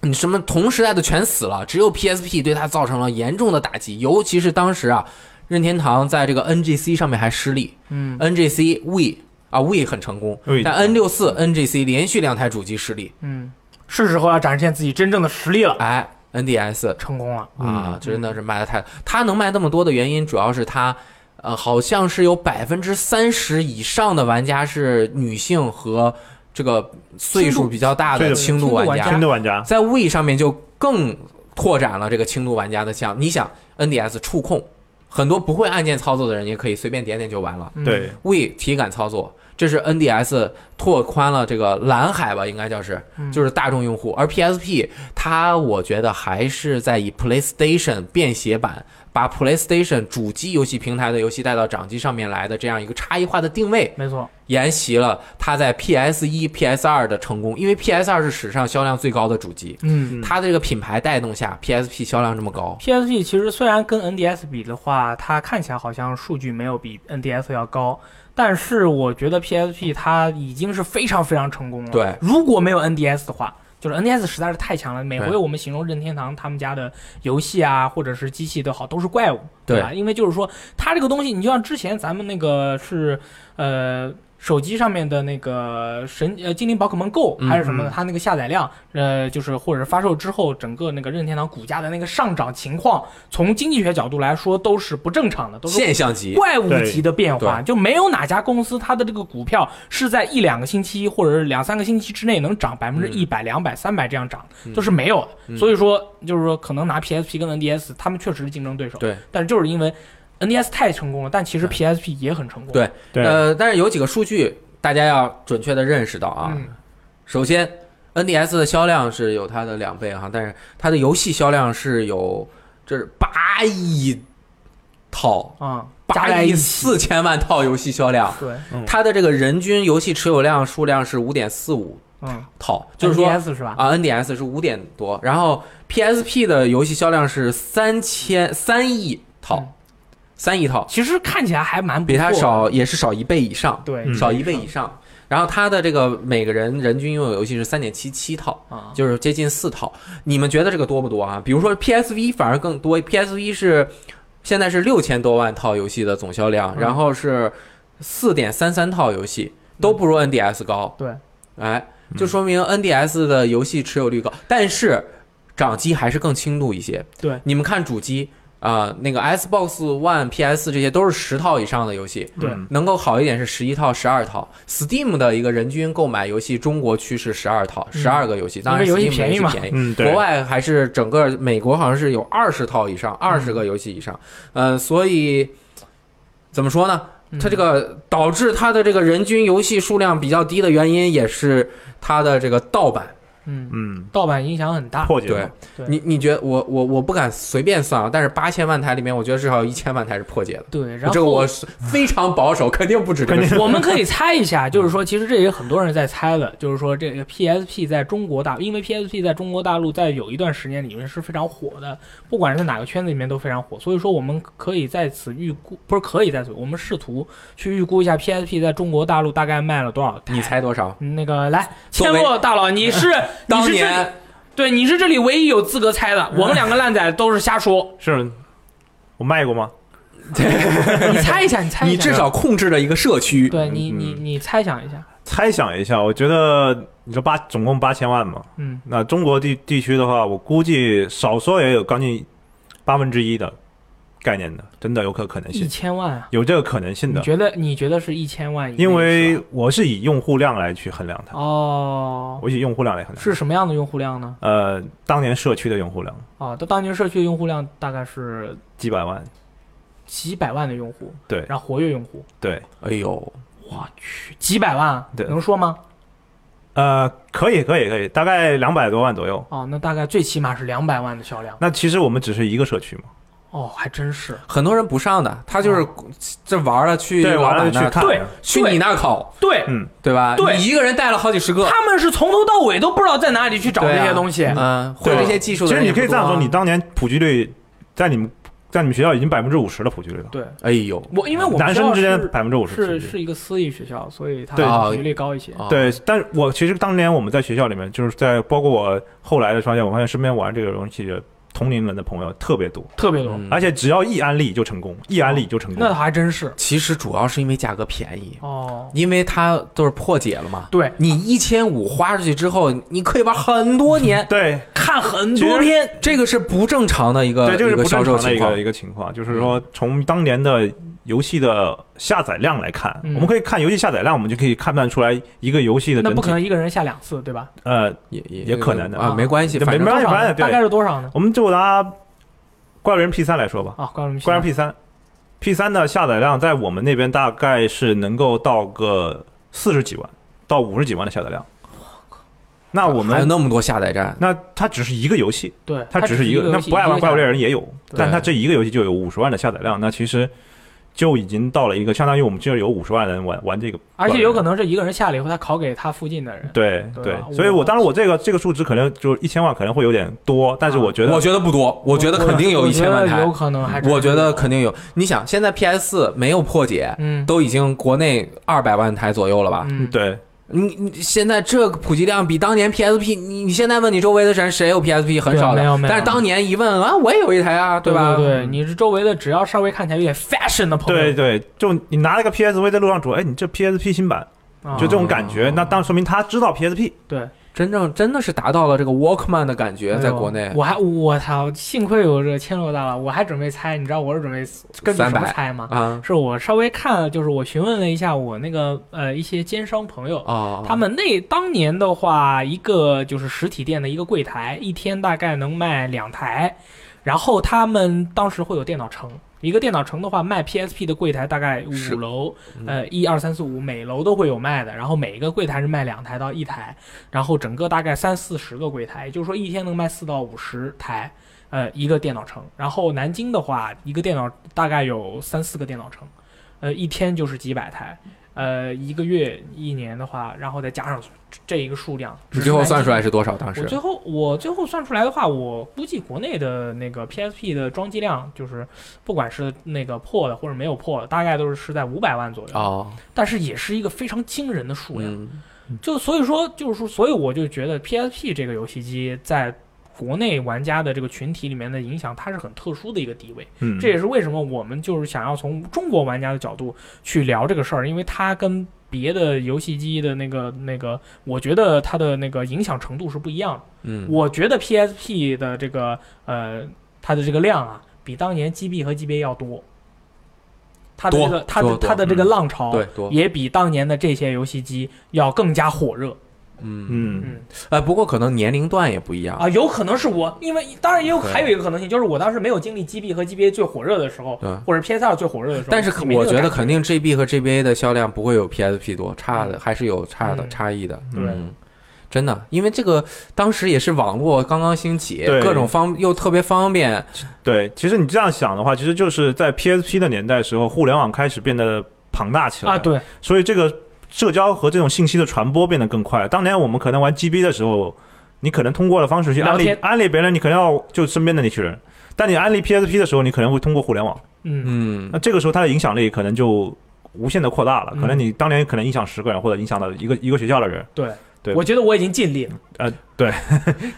你什么同时代的全死了，只有 PSP 对它造成了严重的打击，尤其是当时啊，任天堂在这个 NGC 上面还失利
嗯，
，NGC We 啊 We 很成功，
Wii
但 N 六四 NGC 连续两台主机失利，
嗯，是时候要展现自己真正的实力了，
哎，NDS
成功了。
啊，真的是卖的太，它能卖那么多的原因，主要是它，呃，好像是有百分之三十以上的玩家是女性和这个岁数比较大的轻
轻度
度
轻度玩
玩家
家
轻，度玩家，
在 We 上面就更拓展了这个轻度玩家的项。你想，NDS 触控，很多不会按键操作的人也可以随便点点就完了。
嗯
对，
We 体感操作，这是 NDS 拓宽了这个蓝海吧，应该叫是，
嗯
就是大众用户。而 PSP 它，我觉得还是在以 PlayStation 便携版。把 PlayStation 主机游戏平台的游戏带到掌机上面来的这样一个差异化的定位，
没错，
沿袭了它在 PS 一、PS 二的成功，因为 PS 二是史上销量最高的主机，
嗯
嗯
它的这个品牌带动下，PSP 销量这么高，
，PSP 其实虽然跟 NDS 比的话，它看起来好像数据没有比 NDS 要高，但是我觉得 PSP 它已经是非常非常成功了。
对，
如果没有 NDS 的话。就是 NDS 实在是太强了，每回
对
我们形容任天堂他们家的游戏啊，或者是机器都好，都是怪物，对吧？因为就是说，它这个东西，你就像之前咱们那个是呃手机上面的那个神呃精灵宝可梦 Go
嗯
还是什么的，
嗯
它那个下载量呃就是或者是发售之后，整个那个任天堂股价的那个上涨情况，从经济学角度来说都是不正常的，都是
现象级，
怪物级的变化，就没有哪家公司它的这个股票是在一两个星期或者是两三个星期之内能涨百分之一百、两百、三百这样涨
嗯，
都是没有
嗯
的。所以说，就是说可能拿 PSP 跟 NDS，他们确实是竞争对手，
对
但是就是因为 NDS 太成功了，但其实
嗯
PSP 也很成功。
对
对，
呃，但是有几个数据大家要准确的认识到啊。
嗯
首先，NDS 的销量是有它的两倍哈，但是它的游戏销量是有这是八亿套，
啊，加
八
在
亿
一起，
四千万套游戏销量，
对，
嗯
它的这个人均游戏持有量数量是五点四五
嗯，
套，就是说
NDS 是吧？
啊，NDS 是五点多，然后 PSP 的游戏销量是三千三亿
嗯
套，三、亿套，
其实看起来还蛮不
比它
错的，
少也是少一倍以上，
对，
嗯
少一倍以上。然后它的这个每个人人均拥有游戏是三点七七套，
啊，
就是接近四套。你们觉得这个多不多啊？比如说 PSV 反而更多，PSV 是现在是六千多万套游戏的总销量，
嗯
然后是四点三三套游戏，都不如 NDS 高。
对，嗯
哎，就说明 NDS 的游戏持有率高，但是掌机还是更轻度一些。
对，
你们看主机啊、那个 Xbox One、PS 这些都是十套以上的游戏，
对
嗯
能够好一点是十一套、十二套。Steam 的一个人均购买游戏中国区是十二套，
嗯
十二个游戏，当然
因为游戏
Steam 的
便宜嘛
便宜。
嗯，对
国，外还是整个美国好像是有二十套以上，
嗯
二十个游戏以上，呃，所以怎么说呢？它这
个
个导致它的这个人均游戏数量比较低的原因，也是它的这个盗版。
嗯，
嗯，
盗版影响很大，
破解
对
了，
对
你你觉得我我我不敢随便算啊，但是八千万台里面，我觉得至少有一千万台是破解的。
对，然后
这个我是非常保守，肯定不止这个
肯定
数。
我们可以猜一下， 就是说，其实这也很多人在猜的，就是说这个 PSP 在中国大，因为 PSP 在中国大陆在有一段时间里面是非常火的，不管是在哪个圈子里面都非常火，所以说我们可以在此预估，不是可以在此，我们试图去预估一下 PSP 在中国大陆大概卖了多少台。嗯
你猜多少？
那个来，
作
千
为
若大佬，你 是你
当
是这
年
对你是这里唯一有资格猜的，我们两个烂仔都是瞎 说。
是我卖过吗？
你猜一下，你猜一下，
你至少控制了一个社区，
嗯
对你你你猜想一下，
猜想一下，我觉得你说八总共八千万嘛，
嗯，
那中国地地区的话，我估计少说也有将近八分之一的概念的，真的有可可能
一
性，
千万啊？
有这个可能性
你
的，
觉得你觉得是一千万以内是吧？
因为我是以用户量来去衡量它，
哦，
我以用户量来衡量。
是什么样的用户量呢？
呃，当年社区的用户量
啊，到当年社区的用户量大概是
几百万，
几百万的用户，
对
然后活跃用户，
对，
哎呦，
我去，几百万啊，
对
能说吗？
呃，可以可以可以，大概两百多万左右。
哦，那大概最起码是两百万的销量。
那其实我们只是一个社区嘛，
哦，还真是。
很多人不上的，他就是这玩了去
嗯对，
老
完了
板那
去
儿
看，
对
去你那儿考，
对
嗯，
对吧？
对
你一个人带了好几十个，
他们是从头到尾都不知道在哪里去找
对
这
啊
些东西。
嗯，会这些技术
其
的
实
人
你
也不
可以这样
多啊
说，你当年普及率在你们在你们学校已经百分之五十的普及率了，
对，
哎呦，
我因为我们
男
学校
生之间
是
百分之五十
是是一个私立学校，所以它
对哦
普及率高一些。
啊，
对，但是我其实当年我们在学校里面，就是在包括我后来的发现，我发现身边玩这个游戏的同龄人的朋友特别多，
特别多。
嗯，
而且只要一安利就成功，一安利就成
那
功。
还真是
其实主要是因为价格便宜，
哦，
因为它都是破解了嘛。
对，
你一千五花出去之后，你可以玩很 多年，
对
看很
其实
多篇，
这个是不正常的一个
对，这个是
呃一
不
个销
正
售
常的
情
一
况嗯
个。一个情况，就是说从当年的游戏的下载量来看，
嗯
我们可以看游戏下载量，我们就可以判断出来一个游戏的
那
整
不可
体
能一个人下两次，对吧？
呃
也也
也可能的
啊，没关系，
对
反
没
正
关
多
系
少
反
呢？
正对
大概是多少呢？
我们就拿《怪物猎人 P 三来说吧，
啊，关于
《怪物猎人 P 三》P 三的下载量在我们那边大概是能够到个四十几万到五十几万的下载量。那我
还有
们
那么多下载站，
那它只是一个游戏，
对，
它只是一
个
个，那不爱玩怪物猎人也有，
对
但它这一个游戏就有五十万的下载量，那其实就已经到了一个相当于我们这儿有五十万人玩玩这个，
而且有可能是一个人下了以后，他拷给他附近的人。
对
对
对
啊，
所以我当然我这个这个数值可能就一千万可能会有点多，但是
啊
我觉得
我觉得不多，我觉得肯定有一千万
我觉得
台
有，可能还真
我觉得肯
有
定有。你想，现在 PS 四没有破解，
嗯
都已经国内二百万台左右了吧？
嗯
对
你你现在这个普及量比当年 PSP，你你现在问你周围的人谁有 PSP 很少的
对没有没有，
但是当年一问啊，我也有一台啊，
对
吧？
对对，你是周围的只要稍微看起来有点 fashion 的朋
对
友，
对，就你拿了个 PSV 在路上走，哎，你这 PSP 新版，
啊
就这种感觉
哦，
那当说明他知道 PSP。
对，
真正真的是达到了这个 Walkman 的感觉，
哎呦
在国内
我还我操，幸亏有这个千肉大佬，我还准备猜，你知道我是准备跟你什么
300
猜吗？
啊
是我稍微看了，就是我询问了一下我那个呃一些奸商朋友，
哦，
他们那当年的话，一个就是实体店的一个柜台，一天大概能卖两台，然后他们当时会有电脑城。一个电脑城的话，卖 PSP 的柜台大概
是
五楼，
嗯
呃，一二三四五，每楼都会有卖的。然后每一个柜台是卖两台到一台，然后整个大概三四十个柜台，也就是说一天能卖四到五十台，呃，一个电脑城。然后南京的话，一个电脑大概有三四个电脑城，呃，一天就是几百台，呃，一个月一年的话，然后再加上这一个数量，
你最后算出来
是？
是多少？当
我
时
最后我最后算出来的话，我估计国内的那个 PSP 的装机量，就是不管是那个破的或者没有破的，大概都是是在五百万左右，
哦，
但是也是一个非常惊人的数量。
嗯，
就所以说，就是说，所以我就觉得 PSP 这个游戏机在国内玩家的这个群体里面的影响，它是很特殊的一个地位。
嗯，
这也是为什么我们就是想要从中国玩家的角度去聊这个事儿，因为它跟别的游戏机的那个那个，我觉得它的那个影响程度是不一样的。
嗯，
我觉得 PSP 的这个呃，它的这个量啊，比当年 GB 和 GB 要多。它的这个
多
它的
多多
它的这个
嗯
浪潮，
对，多，
也比当年的这些游戏机要更加火热。
嗯，
嗯，
嗯
呃，不过可能年龄段也不一样，
啊，有可能是我，因为当然也有
对
还有一个可能性，就是我当时没有经历 GB 和 GBA 最火热的时候
对，
或者 PS 二最火热的时候。
但是
你没
我
那个
觉得
感
肯定 GB 和 GBA 的销量不会有 PSP 多，差的还是有差的
嗯
差异的，
对
嗯。真的，因为这个当时也是网络刚刚兴起，
对
各种方又特别方便，
对，其实你这样想的话，其实就是在 PSP 的年代时候，互联网开始变得庞大起来
啊，，对，
所以这个社交和这种信息的传播变得更快。当年我们可能玩 GB 的时候，你可能通过的方式去安利
聊天
安利别人，你可能要就身边的那群人。但你安利 PSP 的时候，你可能会通过互联网，
嗯，
嗯
那，这个时候它的影响力可能就无限的扩大了。
嗯
可能你当年可能影响十个人，或者影响到一个一个学校的人。
对，
对
我觉得我已经尽
嗯
力了。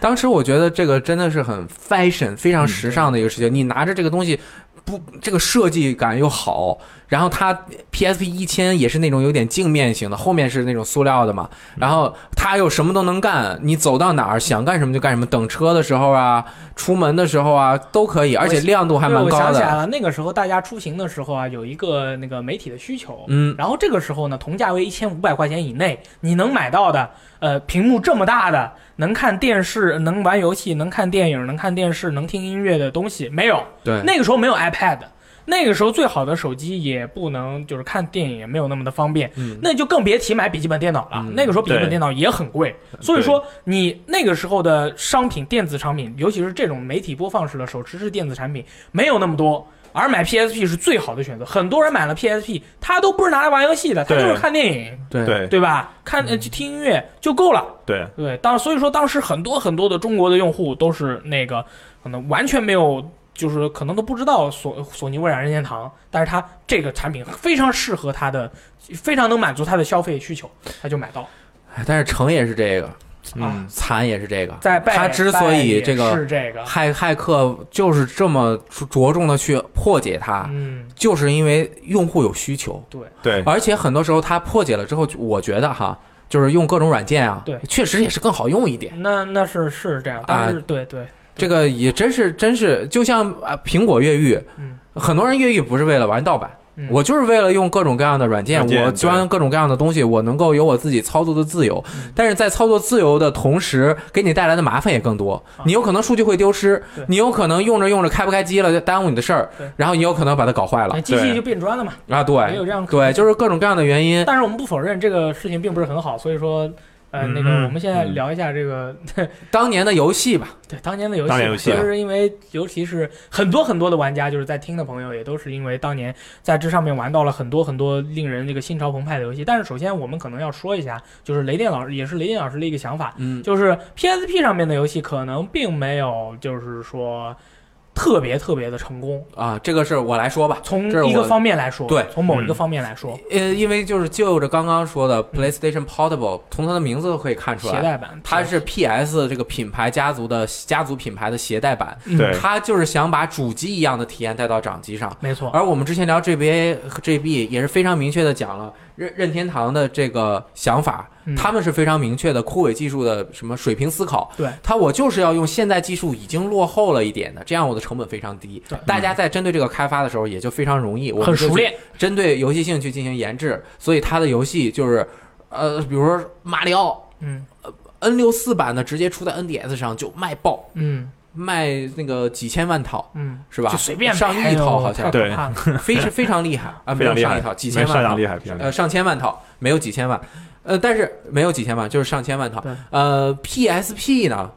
当时我觉得这个真的是很 fashion，非
嗯
常时尚的一个事情。你拿着这个东西，不，这个设计感又好，然后它 PSP 一千也是那种有点镜面型的，后面是那种塑料的嘛。
嗯
然后它又什么都能干，你走到哪儿想干什么就干什么，等车的时候啊，出门的时候啊都可以，而且亮度还
对，
蛮
我
高
想起来
的。
了，那个时候大家出行的时候啊，有一个那个媒体的需求，
嗯，
然后这个时候呢，同价位一千五百块钱以内，你能买到的，呃，屏幕这么大的，能看电视、能玩游戏、能看电影、能看电视、能听音乐的东西没有。
对，
那个时候没有 iPad，那个时候最好的手机也不能就是看电影也没有那么的方便，
嗯
那就更别提买笔记本电脑了。
嗯
那个时候笔记本
对
电脑也很贵，所以说你那个时候的商品电子产品，尤其是这种媒体播放式的手持式电子产品，没有那么多。而买 PSP 是最好的选择，很多人买了 PSP，他都不是拿来玩游戏的，他
对
就是看电影，
对嗯
对
对吧？看呃，就听音乐就够了。
对
对，当所以说当时很多很多的中国的用户都是那个可能完全没有，就是可能都不知道索索尼微软任天堂，但是它这个产品非常适合它的，非常能满足它的消费需求，他就买到。啊
哎但是成也是这个，
嗯，
惨也是这个。
在拜
它之所以这个
拜也是这个，
骇骇客就是这么着重的去破解它，
嗯，
就是因为用户有需求，
对
而且很多时候它破解了之后，我觉得哈，就是用各种软件啊，
对
确实也是更好用一点。
那那是是这样，
啊
但是、对对，
这个也真是真是，就像啊，苹果越狱，
嗯
很多人越狱不是为了玩盗版，
嗯
我就是为了用各种各样的软件，
软件
我
对
装各种各样的东西，我能够有我自己操作的自由。
嗯
但是在操作自由的同时，给你带来的麻烦也更多
啊。
你有可能数据会丢失
对，
你有可能用着用着开不开机了，就耽误你的事儿
对，
然后你有可能把它搞坏了
那机器
对
就变砖了嘛，
啊。
也
对
有这样可能
对，就是各种各样的原因。
但是我们不否认这个事情并不是很好，所以说。呃，那个，
嗯
我们现在
嗯
聊一下这个
当年的游戏吧，
对，当年的游戏，
当年游戏
其
啊
实因为尤其是很多很多的玩家，就是在听的朋友，也都是因为当年在这上面玩到了很多很多令人这个心潮澎湃的游戏。但是首先我们可能要说一下，就是雷电老师也是雷电老师的一个想法，
嗯，
就是 PSP 上面的游戏可能并没有就是说特别特别的成功，
啊，这个事儿我来说吧。
从
这是
一个
我
方面来说，
对
从某一个
嗯
方面来说，
呃，因为就是就着刚刚说的 PlayStation Portable，从它的名字都可以看出
携
来，
带版
它是 PS 这个品牌家族的家族品牌的携带版，
嗯
对
它就是想把主机一样的体验带到掌机上。
没错，
而我们之前聊 GBA 和 GB 也是非常明确的讲了任任天堂的这个想法，
嗯
他们是非常明确的枯萎技术的什么水平思考。
对，
它我就是要用现代技术已经落后了一点的，这样我的成本非常低
对。
大家在针对这个开发的时候也就非常容易，我们
很
就
熟
去
练，
针对游戏性去进行研制，所以它的游戏就是，呃，比如说马里奥
嗯
N 六四版的直接出在 NDS 上就卖爆，
嗯
卖那个几千万套，
嗯，
是吧？
就随便
上
买
亿套
哎呦
好像
太可
对
怕了
非常非常厉害啊，没
非
有
常厉
上
害
一套，，几
没
千
上
万
扬
套，
厉害，非常厉害
呃，上千万套，没有几千万，呃，但是没有几千万，就是上千万套
对。
呃，PSP 呢，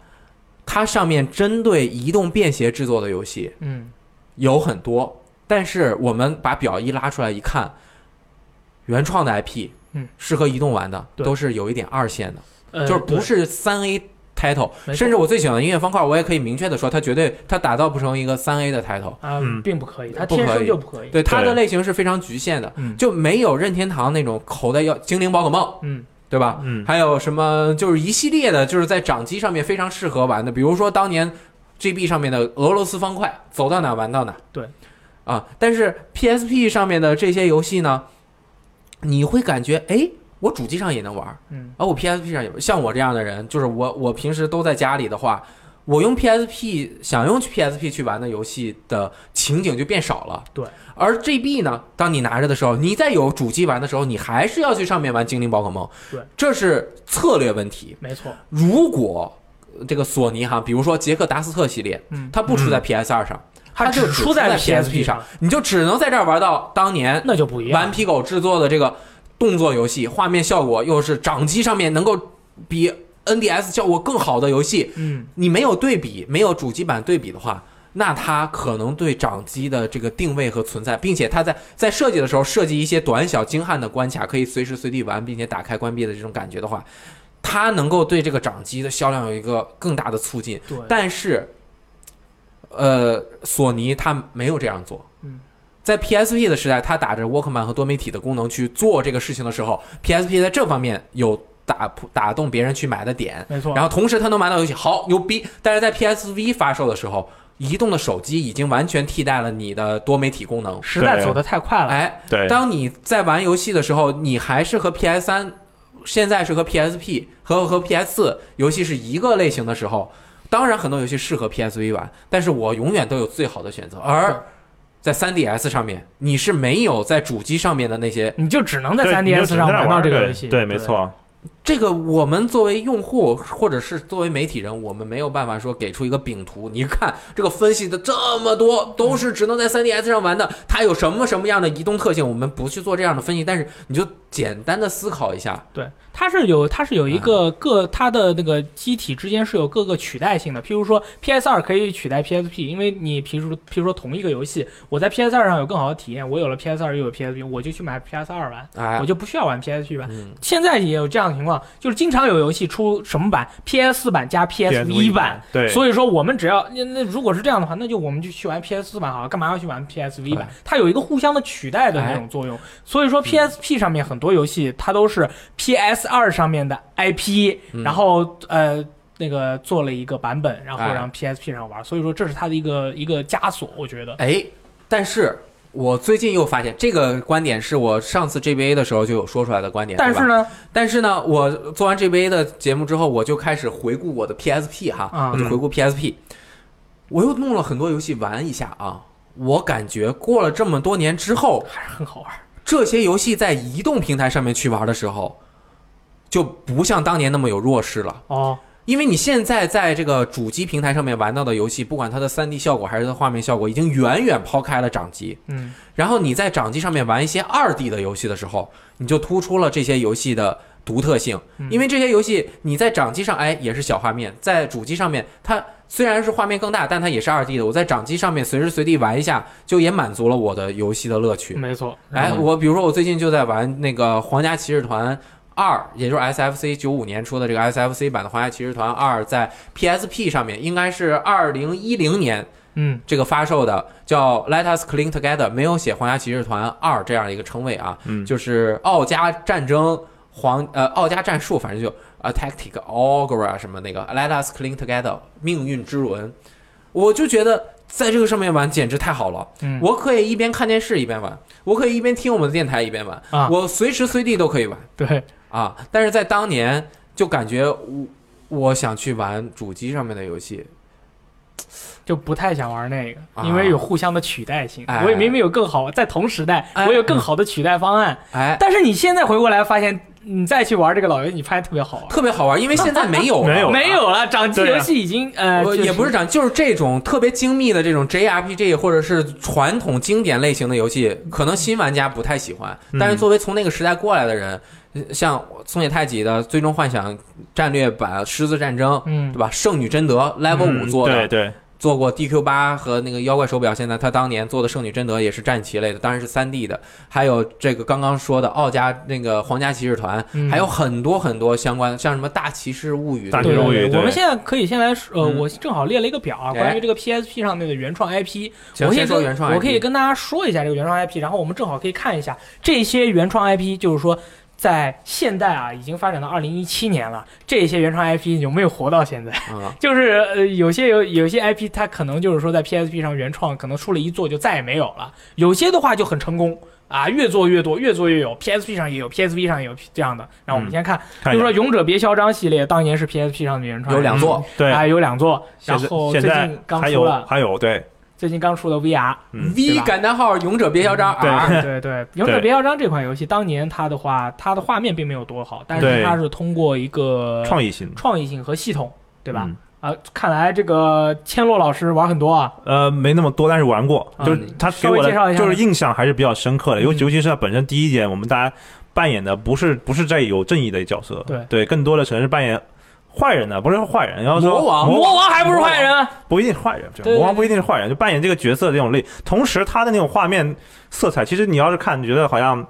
它上面针对移动便携制作的游戏，
嗯，
有很多，但是我们把表一拉出来一看，原创的 IP，
嗯，
适合移动玩的
对
都是有一点二线的，
呃
就是不
对
是三 A title，
没错
甚至我最喜欢的音乐方块，我也可以明确的说，它绝对它打造不成一个三 A 的 title，
啊
嗯，
并不可以，它
不
天
可
生
以
就不可以。
对它的
对
类型是非常局限的，
嗯
就没有任天堂那种口袋妖精灵宝可梦，
嗯
对吧？
嗯，
还有什么就是一系列的，就是在掌机上面非常适合玩的，比如说当年 GB 上面的俄罗斯方块，走到哪玩到哪。
对，
啊，但是 PSP 上面的这些游戏呢，你会感觉哎。我主机上也能玩，啊
嗯，
而我 PSP 上也玩像我这样的人，就是我，我平时都在家里的话，我用 PSP 想用 PSP 去玩的游戏的情景就变少了。
对，
而 GB 呢，当你拿着的时候，你在有主机玩的时候，你还是要去上面玩精灵宝可梦。
对，
这是策略问题。
没错，
如果呃这个索尼哈，比如说杰克达斯特系列，
嗯，
它不出在 PS 二上，它就
只出在
PSP
上，，
你就只能在这儿玩到当年
那就不一样
顽
了。
皮狗制作的这个动作游戏，画面效果又是掌机上面能够比 NDS 效果更好的游戏，
嗯，
你没有对比，没有主机版对比的话，那它可能对掌机的这个定位和存在，并且它在在设计的时候设计一些短小精悍的关卡，可以随时随地玩，并且打开关闭的这种感觉的话，它能够对这个掌机的销量有一个更大的促进。
对，
但是，呃，索尼它没有这样做。
嗯，
在 PSP 的时代，它打着 Walkman 和多媒体的功能去做这个事情的时候，PSP 在这方面有打破打动别人去买的点。
没错。
然后同时它能买到游戏，好牛逼！但是在 PSV 发售的时候，移动的手机已经完全替代了你的多媒体功能。
时代
对
走得太快了。
哎，
对，
当你在玩游戏的时候，你还是和 PS 三，现在是和 PSP 和和 PS 四游戏是一个类型的时候，当然很多游戏适合 PSV 玩，但是我永远都有最好的选择。而在 3DS 上面，你是没有在主机上面的那些。
你就只能在
对你就
3DS
只
上
能在
玩到
儿
这个
对
游戏，
对，没。错，
这个我们作为用户或者是作为媒体人，我们没有办法说给出一个饼图。你看这个分析的这么多，都是只能在 3DS 上玩的，它有什么什么样的移动特性，我们不去做这样的分析，但是你就简单的思考一下，
对，它是有它是有一个各它的那个机体之间是有各个取代性的，譬如说 PS 二可以取代 PSP，因为你譬如譬如说同一个游戏，我在 PS 二上有更好的体验，我有了 PS 二又有 PSP，我就去买 PS 二玩，
哎，
我就不需要玩 PSP 版。
嗯，
现在也有这样的情况，就是经常有游戏出什么版，PS 版加 PSV 版。，
对，
所以说，我们只要那那如果是这样的话，那就我们就去玩 PS 版好了，干嘛要去玩 PSV 版
哎？嗯
它有一个互相的取代的那种作用。所以说，PSP 上面很多游戏它都是 PS 二上面的 IP，、
嗯
然后呃那个做了一个版本，然后
哎
让 PSP 上玩。所以说，这是它的一个一个枷锁，我觉得。
哎，但是我最近又发现这个观点是我上次 GBA 的时候就有说出来的观点，
但
对吧
是，呢，
但是呢，我做完 GBA 的节目之后，我就开始回顾我的 PSP 哈，
啊
我就回顾 PSP，我又弄了很多游戏玩一下啊。我感觉过了这么多年之后，
还是很好玩。
这些游戏在移动平台上面去玩的时候，就不像当年那么有弱势了。
哦，
因为你现在在这个主机平台上面玩到的游戏，不管它的 3D 效果还是它画面效果，已经远远抛开了掌机。
嗯，
然后你在掌机上面玩一些二 D 的游戏的时候，你就突出了这些游戏的独特性，
嗯
因为这些游戏你在掌机上哎也是小画面，在主机上面它虽然是画面更大，但它也是二 D 的。我在掌机上面随时随地玩一下，就也满足了我的游戏的乐趣。
没错。
哎，
嗯
我比如说我最近就在玩那个《皇家骑士团二》，也就是 SFC 九五年出的这个 SFC 版的《皇家骑士团二》，在 PSP 上面应该是二零一零年
嗯
这个发售的，叫《Let Us Cling Together》，没有写《皇家骑士团二》这样一个称谓啊，
嗯
就是奥加战争皇呃奥加战术，反正就啊 Tactic Augur 啊什么那个《Let Us Cling Together》命运之轮，我就觉得在这个上面玩简直太好了。
嗯，
我可以一边看电视一边玩，我可以一边听我们的电台一边玩，
啊
我随时随地都可以玩
对，
啊！但是在当年就感觉我我想去玩主机上面的游戏，
就不太想玩那个，
啊
因为有互相的取代性。
哎
我也明明有更好，在同时代
哎
我有更好的取代方案，
哎，
但是你现在回过来发现，你再去玩这个老游戏，你发现特别好玩。啊
特别好玩，因为现在没有了
没有
没。有了，掌机
对啊
游戏已经呃，
我
就
也不是讲，就是这种特别精密的这种 JRPG 或者是传统经典类型的游戏，可能新玩家不太喜欢。
嗯
但是作为从那个时代过来的人，呃像松野太己的《最终幻想战略版》《狮子战争》，
嗯
对吧？《圣女贞德》Level 五
嗯
做的，
对对，
做过 DQ 八和那个妖怪手表，现在他当年做的《圣女贞德》也是战棋类的，当然是3 D 的，还有这个刚刚说的奥加那个皇家骑士团，
嗯
还有很多很多相关的，像什么大骑士物语，
大
对
骑士物
对
语
对，
对
我们现在可以先来说，呃，
嗯
我正好列了一个表啊，
哎
关于这个 PSP 上面的原创 IP，我
行
可以
先说
跟
原创 IP
我可以跟大家说一下这个原创 IP，然后我们正好可以看一下这些原创 IP，就是说在现代啊，已经发展到二零一七年了，这些原创 IP 有没有活到现在？
啊，
就是呃，有些有有些 IP，它可能就是说在 PSP 上原创，可能出了一座就再也没有了；有些的话就很成功啊，越做越多，越做越有。PSP 上也有，PSV 上也有这样的。然后我们
嗯
先看，比
看
如
一
说《
下
勇者别嚣张》系列，当年是 PSP 上的原创，
有两座，
嗯对，
啊，有两座。然
现在
后最
现在
近刚
还
出
有
了，
还有对，
最近刚出了 VR，
嗯
V 感叹号勇者别嚣张啊
对
R，
啊对对，《勇者别嚣张》这款游戏，当年它的话，它的画面并没有多好，但是
对
它是通过一个
创意性，
创意性和系统，呃对吧？
嗯
啊，看来这个千洛老师玩很多啊。
呃，没那么多，但是玩过，
啊
就是他给
稍微
我
介绍一
的
下
就是印象还是比较深刻的，尤
嗯
其尤其是他本身第一点，我们大家扮演的不是不是在有正义的角色，
对
更多的可能是扮演坏人的，不是说坏人，然后说
魔王
魔王还不是坏人，啊嗯
不一定是坏人，就
对对
魔王不一定是坏人，就扮演这个角色的这种类。同时，他的那种画面色彩，其实你要是看，觉得好像，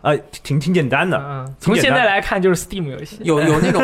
呃，挺挺简单的。
嗯，
挺
从
简
现
单
在来看就是 Steam 游戏，
有有那种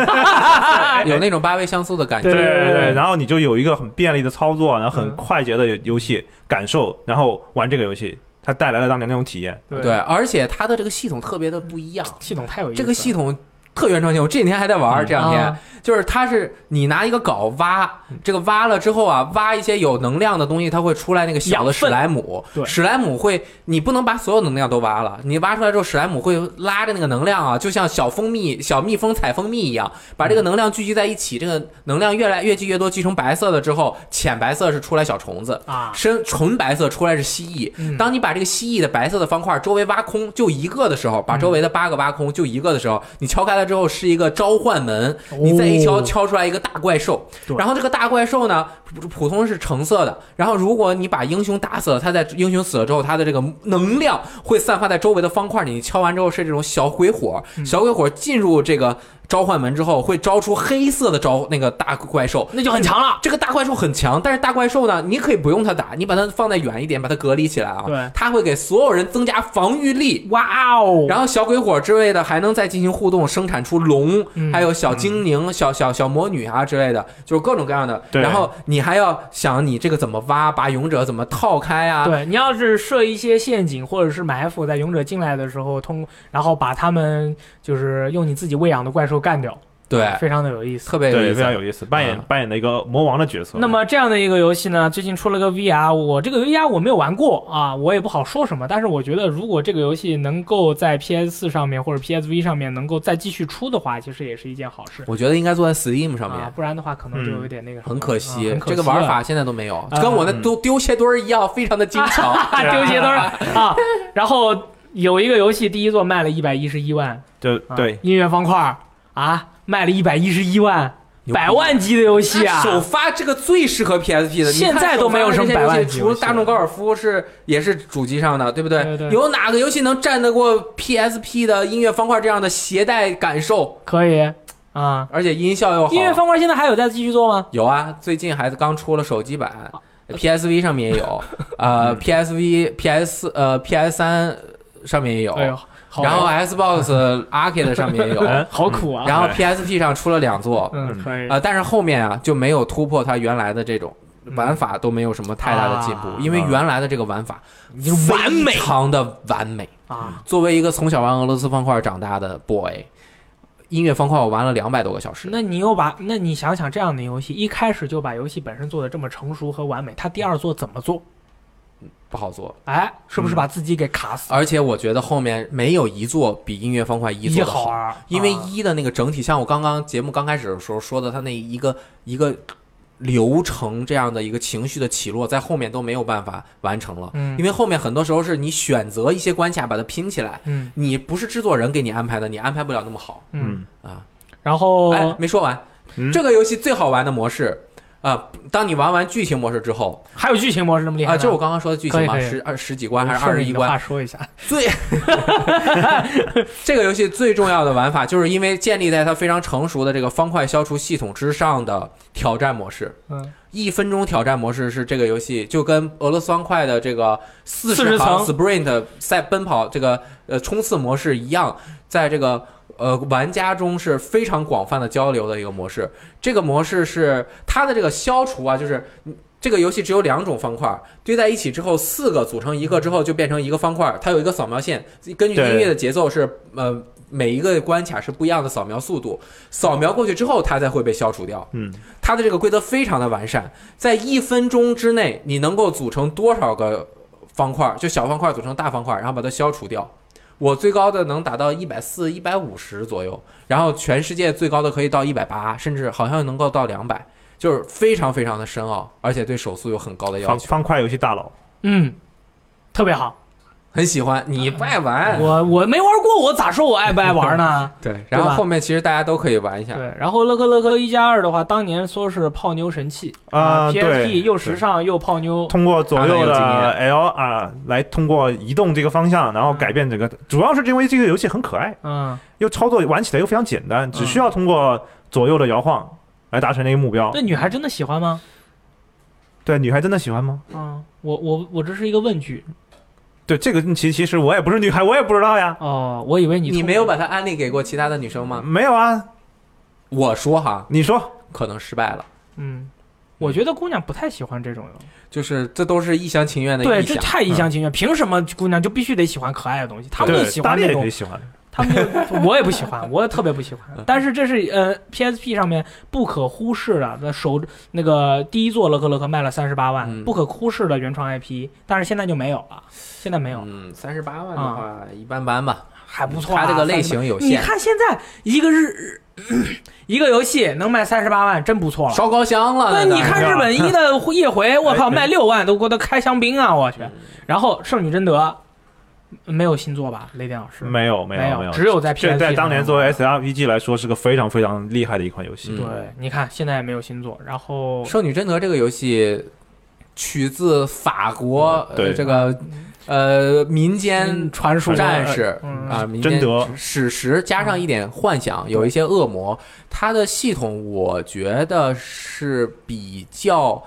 有那种八位像素的感觉
对，
对然后你就有一个很便利的操作，然
嗯
后很快捷的游游戏感受，然后玩这个游戏，它带来了当年那种体验。
对
对，而且它的这个系统特别的不一样，
啊
系统太有意思了，
这个系统特原创性。我这几天还在玩，
嗯
这两天、
啊
就是它是你拿一个镐挖，这个挖了之后啊，挖一些有能量的东西，它会出来那个小的
养
史
分
莱姆。
对
史莱姆会，你不能把所有能量都挖了，你挖出来之后，史莱姆会拉着那个能量啊，就像小蜂蜜、小蜜蜂采蜂蜜一样，把这个能量聚集在一起，这个能量越来越积越多，聚成白色的之后，浅白色是出来小虫子。
啊，
深纯白色出来是蜥蜴。
嗯
当你把这个蜥蜴的白色的方块周围挖空，就一个的时候，把周围的八个挖空，就一个的时候，你敲开了之后是一个召唤门，你再一敲
哦
敲出来一个大怪兽
对。
然后这个大怪兽呢，普普通是橙色的。然后如果你把英雄打死了，它在英雄死了之后，它的这个能量会散发在周围的方块里。你敲完之后是这种小鬼火，
嗯
小鬼火进入这个召唤门之后，会招出黑色的招那个大怪兽。
那就很强了。
这个大怪兽很强，但是大怪兽呢，你可以不用它打，你把它放在远一点，把它隔离起来啊。
对
它会给所有人增加防御力。
哇哦，
嗯然后小鬼火之类的还能再进行互动，生产出龙，
嗯
还有小精灵、小小小魔女啊之类的，就是各种各样的。
对
然后你还要想你这个怎么挖，把勇者怎么套开啊？
对你要是设一些陷阱或者是埋伏，在勇者进来的时候通，然后把他们就是用你自己喂养的怪兽干掉，
对
非常的有意思。
特别有
对，
意
非常
思。
有意思，扮演
啊
扮演了一个魔王的角色。
那么这样的一个游戏呢，最近出了个 VR，我这个 VR 我没有玩过啊，我也不好说什么。但是我觉得，如果这个游戏能够在 PS 上面或者 PSV 上面能够再继续出的话，其实也是一件好事。
我觉得应该做在 Steam 上面。嗯
啊，不然的话可能就有一点那个什么、
很可惜，
啊很可惜
这个 玩法现在都没有，跟我那
嗯
丢丢鞋墩儿一样，非常的精 巧。
啊，丢鞋 都是啊。然后有一个游戏第一座卖了一百一十一万，
就
嗯
啊
对，
音乐方块儿啊，卖了一百一十一万，
牛逼
百万级的游戏啊
它， 首发这个最适合 PSP 的，
现在都没有什么
你看
百
首发的
万
这
级
些游戏除了
游戏
大众高尔夫是也是主机上的，对不对？
对对
有哪个游戏能战得过 PSP 的音乐方块这样的携带感受，
可以啊。
而且音效又好？
音乐方块现在还有在继续做吗？
有啊，最近还刚出了手机版，PSV
哦
上面也有， 呃，PSV、PS 呃 PS 三上面也有，
哎呦，好
然后啊 Xbox Arcade 上面 也有，
嗯
好苦啊。
然后
哎
PSP 上出了两座，
嗯，可以。
呃，但是后面啊就没有突破它原来的这种玩法，都没有什么太大的进步，
嗯啊
因为原来的这个玩法
完美
非常的完美。
啊，
作为一个从小玩俄罗斯方块长大的 boy，音乐方块我玩了两百多个小时。
那你又把，那你想想这样的游戏，一开始就把游戏本身做的这么成熟和完美，它第二座怎么做？
不好做，
哎，是
嗯
不是把自己给卡死？
而且我觉得后面没有一座比音乐方块啊一做
一
的
好
好，
玩，
因为
啊
一的那个整体，像我刚刚节目刚开始的时候说的，它那一个一个流程这样的一个情绪的起落，在后面都没有办法完成了，
嗯
因为后面很多时候是你选择一些关卡把它拼起来，
嗯
你不是制作人给你安排的，你安排不了那么好
嗯，
嗯
啊。
然后
哎，没说完，
嗯
这个游戏最好玩的模式。啊、当你玩完剧情模式之后，
还有剧情模式这么厉害
啊，
呢？
就是我刚刚说的剧情嘛，
可以可以
十二十几关还是
顺
二
着
十
你
一
的
关
话，说一下，
最 这个游戏最重要的玩法，就是因为建立在它非常成熟的这个方块消除系统之上的挑战模式。
嗯，
一分钟挑战模式是这个游戏就跟俄罗斯方块的这个四
40
十行
层
sprint 赛奔跑这个呃冲刺模式一样，在这个呃玩家中是非常广泛的交流的一个模式。这个模式是它的这个消除啊，就是你这个游戏只有两种方块堆在一起之后，四个组成一个之后就变成一个方块，它有一个扫描线，根据
对
音乐的节奏是呃。每一个关卡是不一样的扫描速度，扫描过去之后，它才会被消除掉。
嗯，
它的这个规则非常的完善，在一分钟之内，你能够组成多少个方块？就小方块组成大方块，然后把它消除掉。我最高的能达到一百四、一百五十左右，然后全世界最高的可以到一百八，甚至好像能够到两百，就是非常非常的深奥，而且对手速有很高的要
方
求。
方块游戏大佬，
嗯，特别好。
很喜欢，你不爱玩，
嗯我我没玩过，我咋说我爱不爱玩 呢？
对，然后
对吧
后面其实大家都可以玩一下。
对，然后乐克乐克一加二的话，当年说是泡妞神器
啊对
，PSP 又时尚又泡妞，
通过左右
他嗯很有
的 L 啊来通过移动这个方向，然后改变整个，
嗯
主要是因为这个游戏很可爱，
嗯，
又操作玩起来又非常简
嗯
单，只需要通过左右的摇晃来达成那个目标
那。女孩真的喜欢吗？
对，女孩真的喜欢吗？
嗯，我我我这是一个问句
对，这个其其实我也不是女孩，我也不知道呀，
哦，我以为你
你没有把它安利给过其他的女生吗？
没有啊，
我说哈，
你说
可能失败了，
嗯。我觉得姑娘不太喜欢这种
就是这都是一厢情愿的
对，
臆
这
想。
太一厢情愿。凭什么姑娘就必须得喜欢可爱的东西？她们
对
就喜
大
欢
力
那
也可
种
以喜欢，
他们就我也不喜欢，我也特别不喜欢。
嗯
但是这是呃 PSP 上面不可忽视的，那首那个第一座乐克乐克卖了三十八万，
嗯
不可忽视的原创 IP，但是现在就没有了，现在没有，
嗯，三十八万的话一般般吧，
还不错、啊。
嗯它这个类
38
型有
你
限。
看现在一个日 一个游戏能卖三十八万，真不错了。
烧高香了，
那
那
你
当然
看日本一的 夜回，我靠，
哎对
卖六万都给我都开香槟啊！我去
嗯。
然后《圣女贞德》没有新作吧？雷电老师
没有没
没
有没有，
只有在 PS
这在当年作
做。
为 SRPG 来说是个非常非常厉害的一款游戏。
嗯
对，你看现在也没有新作，然后
《圣女贞德》这个游戏取自法国呃
对
这个呃民间
嗯传说
战士
嗯
啊，民间
贞德
史实加上一点幻想，有一些恶魔。它的系统我觉得是比较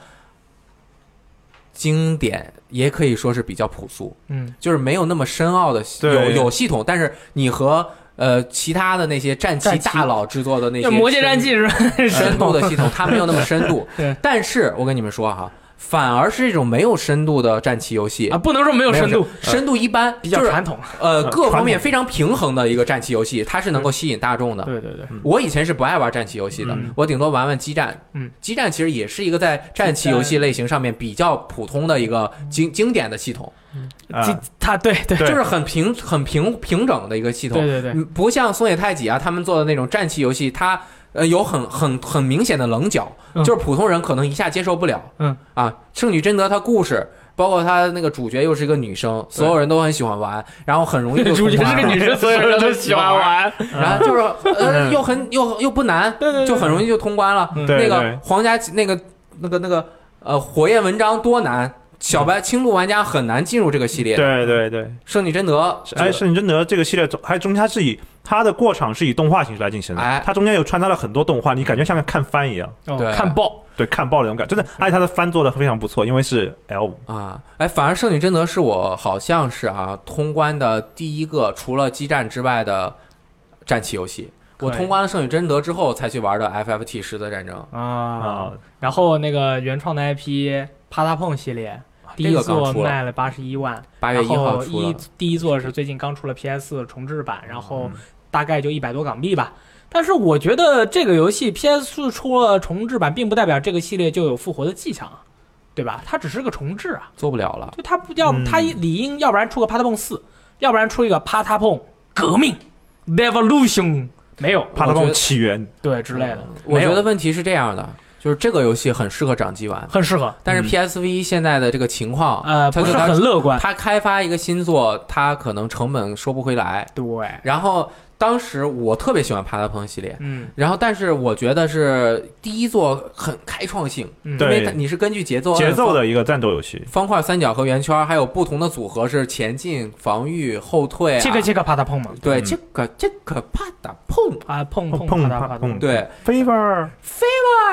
经典，也可以说是比较朴素，
嗯，
就是没有那么深奥的系有
对
有系统，但是你和呃其他的那些战旗
战旗
大佬制作的那些
那《魔界战
深
记》是吧？
深度的系统，它没有那么深度
对。
但是我跟你们说哈，反而是这种没有深度的战棋游戏
啊，，不能说没有
没有
深度，啊
深度一般，
比较
就是
传统。啊
呃各
传
方面
统
非常平衡的一个战棋游戏，它是能够吸引大众的。
对对对，
我以前是不爱玩战棋游戏的
嗯，
我顶多玩玩激战。
嗯，
激战其实也是一个在战棋游戏类型上面比较普通的一个经经典的系统，
啊
这他对对
对
就是很平很平平整的一个系统
对。对 对，
嗯不像松野太己啊他们做的那种战棋游戏，它呃有很很很明显的棱角，
嗯
就是普通人可能一下接受不了。
嗯
啊，圣女贞德她故事。包括她那个主角又是一个女生，所有人都很喜欢玩，然后很容易 就
主角
通
是个
关
女生，嗯所有人都喜欢玩。
然后就是呃
嗯
又很又又不难，
对对对
就很容易就通关了。
嗯
对
那个
对
皇家那个那个那个呃火焰文章多难，小白轻度玩家很难进入这个系列。
对对对，
圣女贞德，这个
哎，《圣女贞德》这个系列中，还中间它是以它的过场是以动画形式来进行的，
哎
它中间有穿插了很多动画，你感觉像看番一样，
哦
对
看爆，
对，看爆的那种感，真的，而且它的番做的非常不错，因为是 L 五，
啊，哎，反而《圣女贞德》是我好像是啊通关的第一个除了激战之外的战棋游戏。我
可以
通关了《圣女贞德》之后才去玩的 FFT 十的战争，
啊
啊。
然后那个原创的 IP 啪嗒碰系列，第一
这个刚
座
出了
卖了八十一万，
八月
一
一号出
一
了。
第一座是最近刚出了 PS 重置版，然后
嗯
大概就一百多港币吧。但是我觉得这个游戏 PS 出了重置版，并不代表这个系列就有复活的迹象啊，对吧？它只是个重置啊，
做不了了，
就它不要
嗯
它理应要不然出个啪嗒碰四，要不然出一个啪嗒碰革命 Revolution 没有
帕特贡起源，
对之类的，
嗯我
没有
觉得问题是这样的，就是这个游戏很适合掌机玩，
很适合，
但是 PSV 现在的这个情况，
嗯呃，
它
不
就是它
很乐观。
它开发一个新作，它可能成本收不回来。
对，
然后当时我特别喜欢帕拉蓬系列，
嗯
然后，但是我觉得是第一座很开创性，
嗯，
对啊
因为它你是根据节奏、
节奏
的
的一个战斗游戏，
方块、三角和圆圈，还有不同的组合是前进、防御、后退、啊。
切克切克啪嗒碰嘛，
对，
嗯
这个这个啪打碰。
啊，碰
碰
啪
碰
嗒啪
啪
嗒
碰，
对，
，Favor，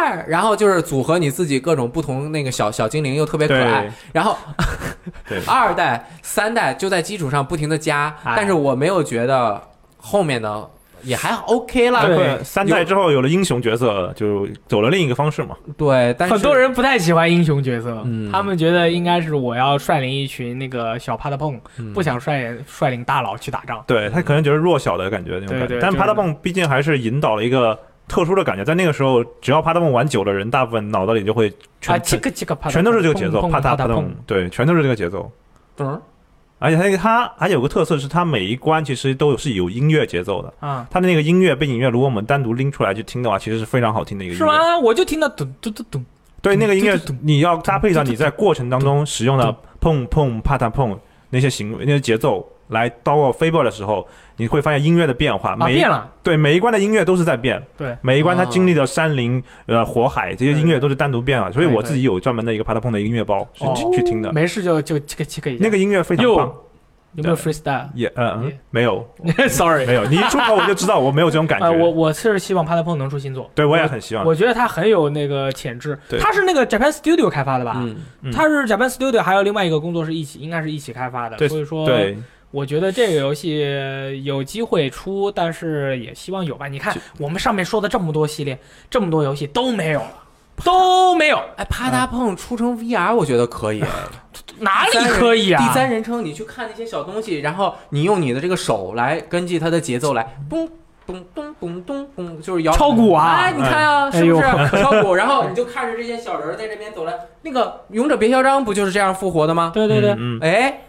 二然后就是组合你自己各种不同那个小小精灵，又特别可爱
对。
然后
对
二代、三代就在基础上不停的加，
哎
但是我没有觉得后面的也还 OK 啦。
对
对，三代之后有了英雄角色，就走了另一个方式嘛，
对，但是
很多人不太喜欢英雄角色，
嗯
他们觉得应该是我要率领一群那个小帕特碰，
嗯
不想率领率领大佬去打仗。
对他可能觉得弱小的感觉那种
对
感觉
对，
但
就是
帕特蹦毕竟还是引导了一个特殊的感觉，在那个时候，只要帕特蹦玩久的人，大部分脑袋里就会
啊，
全
这个这个啪嗒碰，
全都是这个节奏，
砰
啪嗒
啪
啪
嗒
咚
碰，，
对，全都是这个节奏。
嗯
而且它那个它还有个特色是，它每一关其实都有是有音乐节奏的。
啊，
它的那个音乐背景音乐，如果我们单独拎出来去听的话，其实是非常好听的一个音
是
乐。？
吗？我就听到咚咚咚咚，
对，那个音乐
嘟嘟嘟
你要搭配上你在过程当中使用
嗯
的碰碰啪嗒碰那些行为、那些节奏，来到我 f a b e 的时候，你会发现音乐的变化。
啊，
每一
变了，
对每一关的音乐都是在变，
对，
每一关它经历的山林、呃火海这些音乐都是单独变了。所以我自己有专门的一个啪嗒碰的音乐包是
哦
去去听的，
没事就就这个这个一下
那个音乐非常
哟
棒。
有没有
对
freestyle？sorry，
也嗯嗯没有没
有。
有，你一出口我就知道我没有这种 感觉。
呃，我我是希望帕特碰能出新作，
对我也很希望
我觉得他很有那个潜质。
对
他是那个 Japan Studio 开发的吧？
嗯，
嗯
他是 Japan Studio 还有另外一个工作是一起，应该是一起开发的。
对
所以说，
对
我觉得这个游戏有机会出，但是也希望有吧。你看我们上面说的这么多系列，这么多游戏都没有了，都没有，
哎，啪
嗯
嗒碰出成 VR，我觉得可 以。
哪里
第三人
可以啊？
第三人称，你去看那些小东西，然后你用你的这个手来根据它的节奏来，咚咚咚咚咚咚，就是摇
敲鼓啊
哎，你看
嗯
啊，
哎
是不是敲 鼓？然后你就看着这些小人儿在这边走来。那个《勇者别嚣张》不就是这样复活的吗？
对对对，
嗯，嗯嗯
哎，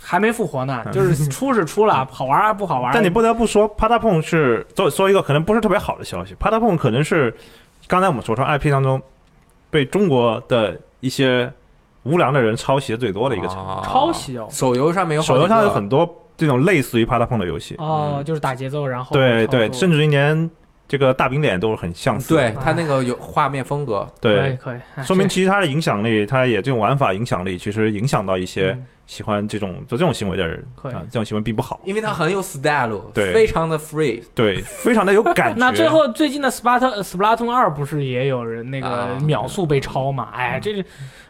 还没复活呢，就是出是出了，好玩儿不好玩儿？
但你不得不说，啪嗒碰是说说一个可能不是特别好的消息，啪嗒碰可能是刚才我们所说 IP 当中被中国的一些无良的人抄袭的最多的一个产品。
抄袭哦
手游上面有好
手
几
游上有
个
很多这种类似于啪嗒碰的游戏，
哦，
嗯
就是打节奏，然后
对
操
对，
作
甚至于连这个大饼脸都是很相似
对
的。
它那个有画面风格，
可以
对，
可以，哎
说明其实它的影响力，它也这种玩法影响力，其实影响到一些
嗯
喜欢这种做这种行为的人
可以
啊，这种行为并不好。
因为它很有 style，
对
非常的 free。
对， 非常的有感觉。
那最后最近的 Splat Splatoon 二不是也有人那个
啊
秒速被超嘛？哎，这是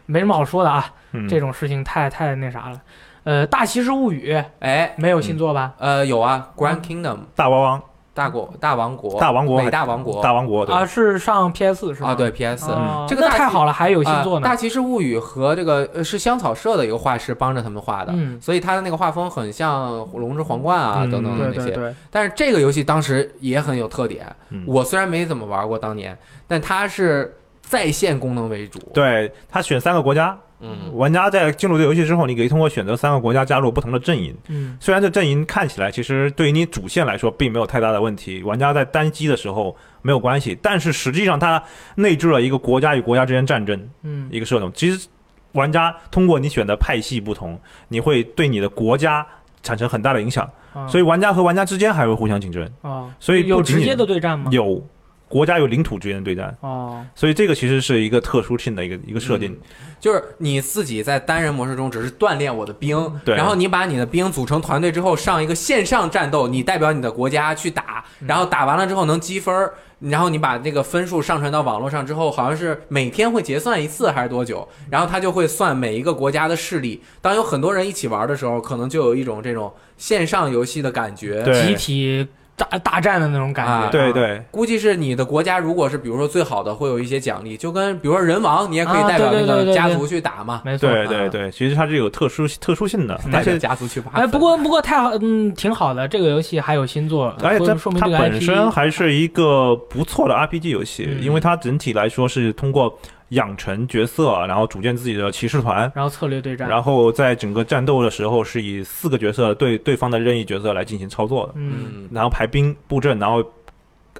没什么好说的啊，
嗯
这种事情太太那啥了。呃，《大西施物语》
哎，
没有
嗯
新作吧？
呃，有啊，Grand Kingdom
大王王
大国大王国
大王国
美大王国
大王哦国对
啊，是上 PS 是吗？
啊，对 PS
嗯
哦，
这个
那
大西
太好了，还有新作
呃
呢
啊
大。骑士物语》和这个呃是香草社的一个画师帮着他们画的，
嗯
所以他的那个画风很像《龙之皇冠啊》
嗯
等等的
对
那些。
对对，
但是这个游戏当时也很有特点，
嗯
我虽然没怎么玩过当年，但它是在线功能为主。，
对他选三个国家，
嗯，
玩家在进入这个游戏之后，你可以通过选择三个国家加入不同的阵营。
嗯，
虽然这阵营看起来其实对于你主线来说并没有太大的问题，玩家在单机的时候没有关系，但是实际上它内置了一个国家与国家之间战争
嗯，
一个设定。其实玩家通过你选的派系不同，你会对你的国家产生很大的影响，
啊
所以玩家和玩家之间还会互相竞争，
哦，
所以
有
不仅
直接
仅
的对战吗？
有国家与领土之间的对战，
哦，
所以这个其实是一个特殊性的一个一个设定。
嗯
就是你自己在单人模式中只是锻炼我的兵，
对
然后你把你的兵组成团队之后上一个线上战斗，你代表你的国家去打，
嗯
然后打完了之后能积分儿，然后你把那个分数上传到网络上之后，好像是每天会结算一次还是多久，然后他就会算每一个国家的势力。当有很多人一起玩的时候，可能就有一种这种线上游戏的感觉。
对
集体大大战的那种感觉。
啊
对，对，
估计是你的国家，如果是比如说最好的，会有一些奖励，就跟比如说人王，你也可以
啊
代表
对对
那
对
个
对
家
对
族去打嘛，
没错。
对
啊
对对，其实它是有特殊特殊性的，
代表
而且
家族去挖
哎，
坟
不过不过太好，嗯，挺好的。这个游戏还有新作，
而且
说
它
说明
它
这个
本
IP
身还是一个不错的 RPG 游戏，
嗯
因为它整体来说是通过养成角色，然后组建自己的骑士团。
然后策略对战，
然后在整个战斗的时候，是以四个角色对对方的任意角色来进行操作的，
嗯，
嗯
然后排兵布阵，然后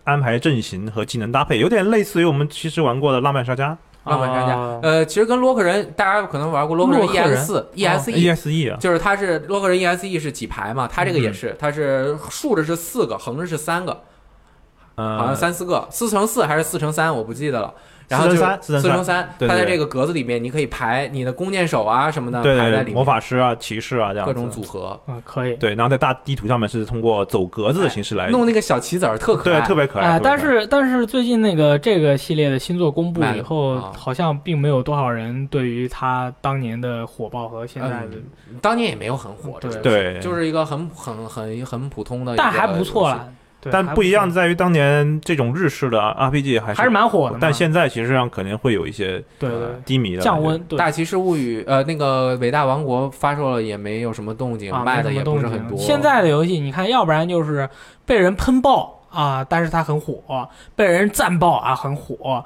安排阵型和技能搭配，有点类似于我们其实玩过的《浪漫沙加
浪漫山
哦
家，呃，其实跟洛克人，大家可能玩过洛克人 E
洛克人
ES
哦》
四 ESE，
ESE 啊，
就是它是洛克人 ESE 是几排嘛？它这个也是，它是竖着是四个，横着是三个，
嗯，
好像三四个，四乘四还是四乘三，我不记得了。然后就
四乘三
四
四乘
乘三，
对对
它在
对
这个格子里面，你可以排你的弓箭手啊什么的
对
排在
对
里
对，
面
魔，法师啊、骑士啊这样
各
子
种组合，
嗯，可以。
对，然后在大地图上面是通过走格子的形式来
哎弄那个小棋子儿特可
哎对，
爱，
特别可爱。
哎，
特别
但
可爱
是但是最近那个这个系列的新作公布
买
以
了
后，
啊
好像并没有多少人对于它当年的火爆和现在的，
当年也没有很火，这个
对
对，
就是一个很很很很普通的一个游
但
戏，
还不错啦。对
但
还
不一样
错
在于当年这种日式的 RPG 还是嗯
还是蛮火的嘛。
但现在其实上可能会有一些
对对
低迷的
降温，对
大骑士物语，呃，那个伟大王国发售了也没有什么动静，
啊，
卖
没
的
什
也
么动
不是
静。
很多。
现在的游戏，你看，要不然就是被人喷爆啊，但是它很火；被人赞爆啊，很火。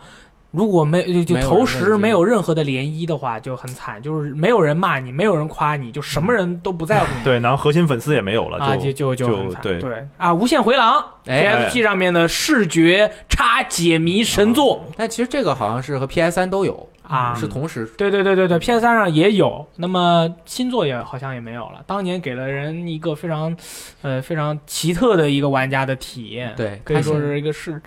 如果没就就
没有
投
人认
食
识
没有任何的涟漪的话，就很惨，就是没有人骂你，没有人夸你，就什么人都不在乎你。
对，然后核心粉丝也没有了，
啊，就
就
就很惨，
对
啊，《无限回廊》
哎
PFP 上面的视觉差解谜神
啊
作
但其实这个好像是和 PS 三都有，
啊，
是同时。
对对对对对，PS 三上也有，那么新作也好像也没有了。当年给了人一个非常，呃，非常奇特的一个玩家的体验，，
对，
可以
它
说
现
是一个视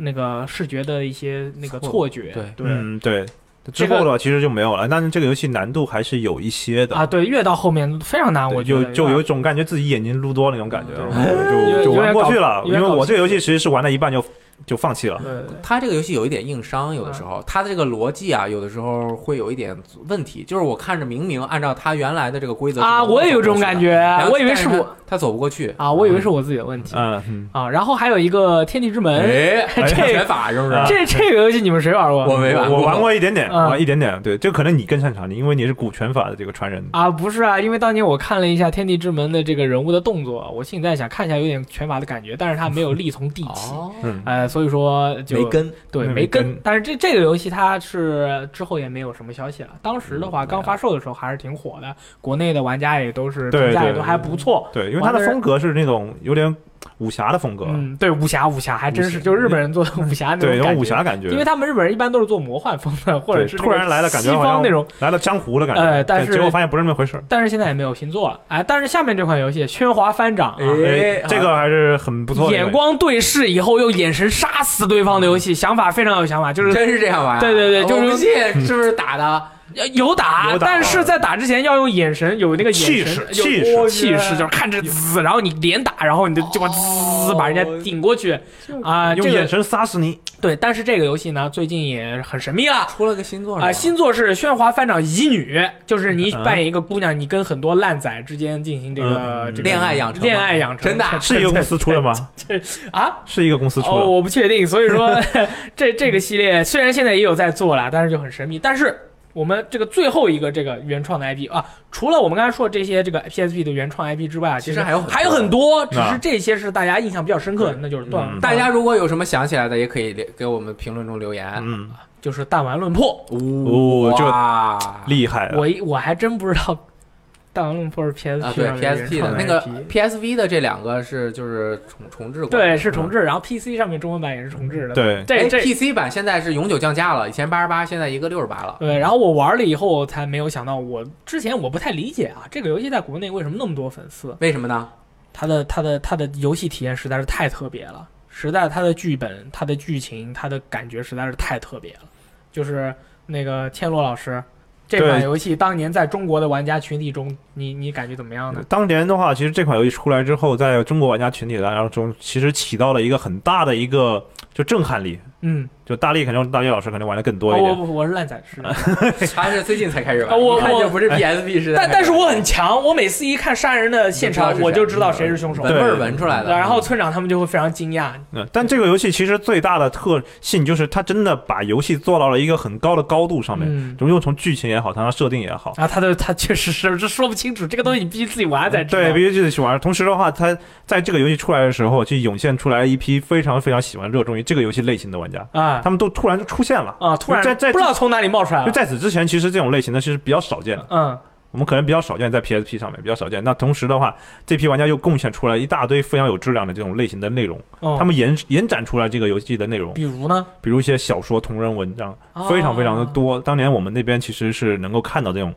那个视觉的一些那个
错
错觉，
对
对、
嗯对。之
这个
后的话其实就没有了，但是这个游戏难度还是有一些的，
啊，对，越到后面非常难，
对
我觉
就
得
就有一
有
种感觉自己眼睛撸多那种感觉，
有
我
点
就就玩
搞
过去了。
有
因
点
为
搞
我这个游戏其实是玩到一半就就放弃了
点。对对
它这个游戏有一点硬伤，有的时
嗯
候它的这个逻辑啊，有的时候会有一点问题。就是我看着明明按照它原来的这个规则
啊，我也有这种感，觉
然，后
我以为
但是
是我
他走不过去
啊，我以为是我自己的问题
嗯嗯，
啊。然后还有一个《天地之门
哎，
嗯这
拳法是不是？
这这个游戏你们谁玩过？
我没玩，
我玩过一点点，
嗯
玩一点点，对，这可能你更擅长，你因为你是古拳法的这个传人。
啊，不是啊，因为当年我看了一下《天地之门》的这个人物的动作，我心里在想，看起来有点拳法的感觉，但是他没有力从 地起，
哦，
嗯，
呃，所以说就
没跟
对
没
没跟
跟。
但是这这个游戏它是之后也没有什么消息了。当时的
嗯
话，刚发售的时候还是挺火的，国内的玩家也都是
对
评价也
对
都还不错。
对，因为他
玩
的
的人
风格是那种有点武侠的风格，
嗯，对，武侠武侠还真是，
武侠
就日本人做的武侠那
对，
种
有
感
种
觉。
武侠感觉，
因为他们日本人一般都是做魔幻风的，或者
对
是
突然来了，感觉
西
好像
方那种
来了江湖的感觉，
呃但
对
是
结果发现不是那么回事儿。
但是现在也没有新作了，哎，但是下面这款游戏《喧哗翻掌》啊，
哎
这个还是很不错的一个，嗯
眼光对视以后用眼神杀死对方的游戏，想法非常有想法，就是
真是这样玩啊？
对对对就是嗯
我不信是不是打的？
呃有打，
有打啊
但是在打之前要用眼神有那个
气
眼
势
神，
气
有
势，
气势，就是看着滋，然后你连打，然后你就就把滋把人家顶过去啊，
哦用
这
眼
个
神杀死你。
对，但是这个游戏呢，最近也很神秘了。
出了个新作是
啊、
吧
新作是《喧哗翻掌乙女》，就是你
哦嗯
扮演一个姑娘，你跟很多烂仔之间进行这个、
嗯
这个
恋爱养成吗
恋爱养成，
真 的啊
是一个公司出的吗？
啊？
是一个公司出
哦，
的，
我不确定，所以 说这这个系列虽然现在也有在做了，但是就很神秘。但是我们这个最后一个这个原创的 IP 啊，除了我们刚才说的这些这个 PSP 的原创 IP 之外啊，
其
其
实
实
还有很多
还有很多，只
啊
是这些是大家印象比较深刻的，那就是断
嗯
大家如果有什么想起来的，也可以给我们评论中留言。
嗯，
就是弹丸论破。
哦这
哇，
厉害啊了，
我一我还真不知道弹丸论破是 PSP
啊，对
上面
PSP
原
的
创
那个
IP
PSV 的这两个是就是重重置过，
对是重置，然后 PC 上面中文版也是重置的。，
对，
这
哎
这
，PC 版现在是永久降价了，以前八十八，现在一个六十八了。
对，然后我玩了以后才没有想到，我之前我不太理解啊，这个游戏在国内为什么那么多粉丝？
为什么 呢？
它的它的它的游戏体验实在是太特别了，实在它的剧本、它的剧情、它的感觉实在是太特别了。就是那个倩洛老师，这款
对
游戏当年在中国的玩家群体中，你你感觉怎么样呢？
当年的话，其实这款游戏出来之后，在中国玩家群体当中，其实起到了一个很大的一个就震撼力。
嗯，哦
就大力肯定大力老师肯定玩的更多一
我
点，啊
我我是烂仔是的，
他是最近才开始
啊
玩，
我
一看
我
就不是 PSV 时代开始玩。
但但是我很强，我每次一看杀人的现场，我
你就
就
知
知道谁是凶手。
闻
嗯对
味儿闻出来的。
然后村长他们就会非常惊讶，
嗯，但这个游戏其实最大的特性就是它真的把游戏做到了一个很高的高度上面，
嗯，
就又从剧情也好，它的设定也好，
啊，他的他确实是这说不清楚，这个东西你必须自己玩才知道。
对，必须自己去玩。同时的话，它在这个游戏出来的时候，就涌现出来一批非常非常喜欢热衷于这个游戏类型的玩家，
啊
他们都突然就出现了。
啊，突然
在在
不知道从哪里冒出来
就
了。
在此之前，其实这种类型的其实比较少见的，
嗯，
我们可能比较少见在 PSP 上面比较少见。那同时的话，这批玩家又贡献出来一大堆非常有质量的这种类型的内容，
哦
他们延延展出来这个游戏的内容，
比如呢？
比如一些小说、同人文章，
哦
非常非常的多。当年我们那边其实是能够看到这种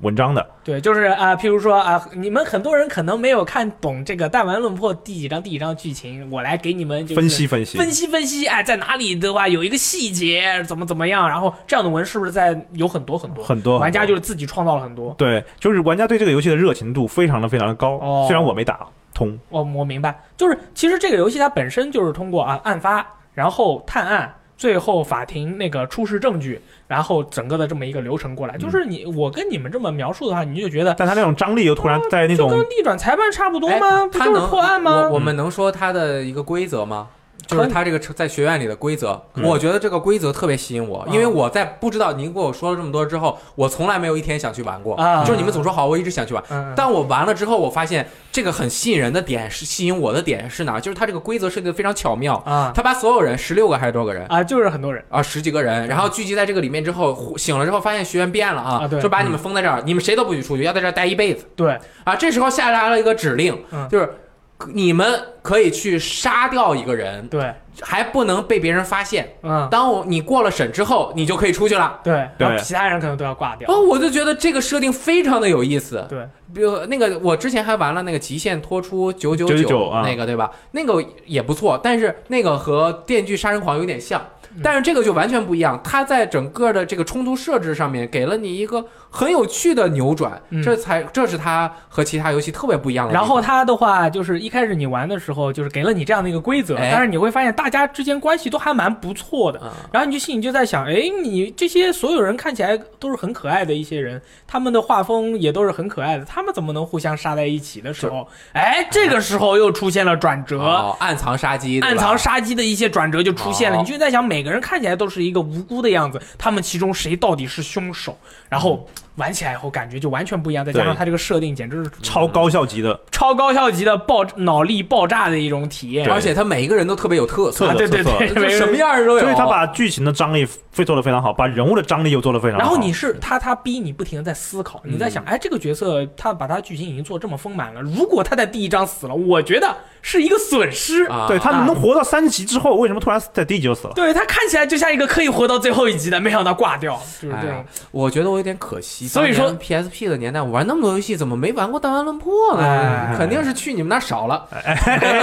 文章的，
对，就是啊、譬如说啊、你们很多人可能没有看懂这个《弹丸论破》第几章、第几章剧情，我来给你们就是
分析分析。
分析分析，哎，在哪里的话有一个细节怎么怎么样，然后这样的文是不是在有很多很多
很多
玩家
很
就
多
是自己创造了很多。
对，就是玩家对这个游戏的热情度非常的非常的高。
哦
虽然我没打通，
我哦我明白，就是其实这个游戏它本身就是通过啊案发，然后探案，最后法庭那个出示证据，然后整个的这么一个流程过
嗯
来。就是你我跟你们这么描述的话，你就觉得
但它那种张力又突然在那
哦就
种
跟逆转裁判差不多
哎
吗？不
他
就是
能
破案
我
吗？
我们能说它的一个规则吗？就是它这个在学院里的规则，
嗯
我觉得这个规则特别吸引我，
嗯
因为我在不知道您跟我说了这么多之后，我从来没有一天想去玩过。
啊
就是你们总说好，我一直想去玩，
嗯，嗯
但我玩了之后，我发现这个很吸引人的点是吸引我的点是哪儿？就是它这个规则设计的非常巧妙，
啊
它把所有人十六个还是多少个人？
啊，就是很多人
啊，十几个人，然后聚集在这个里面之后，呼醒了之后发现学院变了啊，
啊对
就把你们封在这儿，你们谁都不许出去，要在这儿待一辈子
对
啊。这时候下达了一个指令，
嗯
就是你们可以去杀掉一个人，
对，
还不能被别人发现。
嗯
当我你过了审之后，你就可以出去了。
对，
对
然后其他人可能都要挂掉
哦，。我就觉得这个设定非常的有意思。
对，
比如那个，我之前还玩了那个《极限脱出九九
999啊
那个对吧？那个也不错，但是那个和《电锯杀人狂》有点像
嗯，
但是这个就完全不一样。它在整个的这个冲突设置上面给了你一个很有趣的扭转，
嗯
这才这是它和其他游戏特别不一样的地
然
方。
后它的话就是一开始你玩的时候，就是给了你这样的一个规则，
哎
但是你会发现大大家之间关系都还蛮不错的。
啊，
然后你就心里就在想，哎，你这些所有人看起来都是很可爱的一些人，他们的画风也都是很可爱的，他们怎么能互相杀在一起的时候，哎，这个时候又出现了转折，
哦，暗藏杀机，对吧
暗藏杀机的一些转折就出现了。
哦
你就在想，每个人看起来都是一个无辜的样子，他们其中谁到底是凶手？然后玩起来以后感觉就完全不一样，再加上
对
它这个设定简直是
超高效级的，
超高效级的爆脑力爆炸的一种体验。
而且他每一个人都特别有特色
特，
啊，对对
特色
对，
就
没人
是什么样儿都有。
所以他把剧情的张力非做的非常好，把人物的张力又做的非常好。
然后你是他，他逼你不停的在思考，你
嗯
在想，哎，这个角色他把他剧情已经做这么丰满了，如果他在第一章死了，我觉得是一个损失。
啊，
对他能活到三级之后，为什么突然在第一集就死了？
对他看起来就像一个可以活到最后一集的，没想到挂掉，就是
哎
这
呀
种。，
我觉得我有点可惜。
所以说
当年 PSP 的年代，我玩那么多游戏，怎么没玩过《弹丸论破》呢
哎？
肯定是去你们那儿少了。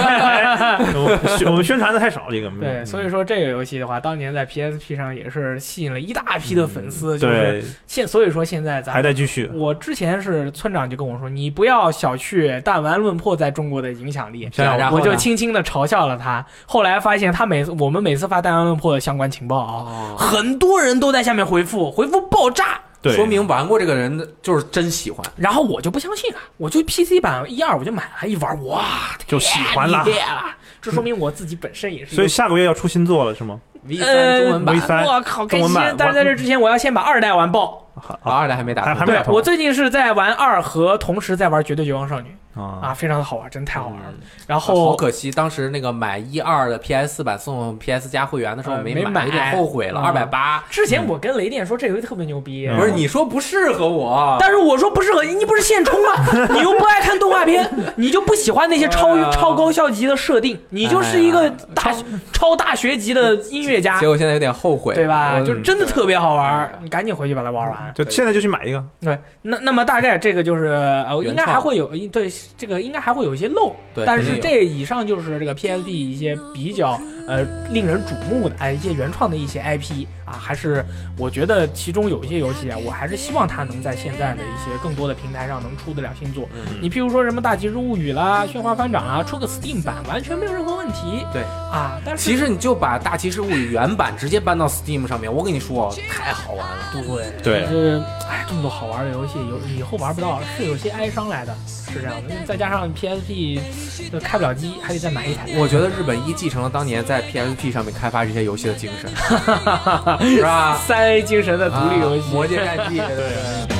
我们宣我们宣传的太少，这个嗯没有
嗯
对，嗯所以说这个游戏的话，当年在 PSP 上也是吸引了一大批的粉
嗯
丝，就是
对
现，所以说现在咱
还
们。
在继续。
我之前是村长就跟我说，你不要小觑《弹丸论破》在中国的影响力，
现在
然后
我
呢
就轻轻的嘲笑了他。后来发现他每次我们每次发《弹丸论破》的相关情报啊，
哦，
很多人都在下面回复，回复爆炸。
对，
说明玩过这个人的就是真喜欢。
然后我就不相信啊，我就 PC 版一二我就买了一玩，哇，
就喜欢
太
啦
厉害了！这说明我自己本身也是一
所
个
以下个月要出新作了，是吗？
V
呃
三中文版
V 三
我靠，开
中文
心
版！
但是在这之前，我要先把二代玩爆。
好
啊二代还没打
还
通，
还没
对
打通
我最近是在玩二和同时在玩《绝对绝望少女》啊，
啊，
非常的好玩，真太好玩了
嗯。
然
好
后
可惜，当时那个买一二的 PS 版送 PS 加会员的时候
呃
没
没买
有点后悔了，
嗯
二百八。
之前我跟雷电说这游戏特别牛逼，
嗯
不是你说不适合我，
但是我说不适合你，你不是现充吗？你又不爱看动画片，你就不喜欢那些超
哎呀
超高校级的设定，你就是一个大
超
超大学级的音乐家
结，果现在有点后悔，
对吧？
嗯
就真的特别好玩
对，
你赶紧回去把它玩完。
就现在就去买一个。
对，那那么大概这个就是呃，
原
应该还
创
会有对这个应该还会有一些漏，
对
但
肯
是
定有
这以上就是这个 PSP 一些比较呃令人瞩目的哎一些原创的一些 IP 啊，还是我觉得其中有一些游戏啊，我还是希望它能在现在的一些更多的平台上能出得了新作。
嗯
你譬如说什么《大吉之物语》啦，《炫花翻掌》啊，出个 Steam 版完全没有任何问题。
对
啊，但是
其实你就把《大骑士物语》原版直接搬到 Steam 上面，我跟你说，太好玩了。对，
对
就是，哎，这么多好玩的游戏，有以后玩不到，是有些哀伤来的，是这样的。因为再加上 PSP 就呃开不了机，还得再买一台。
我觉得日本一继承了当年在 PSP 上面开发这些 游戏的精神，是吧？
三 A 精神的独立游
啊
戏，
魔界战记》对。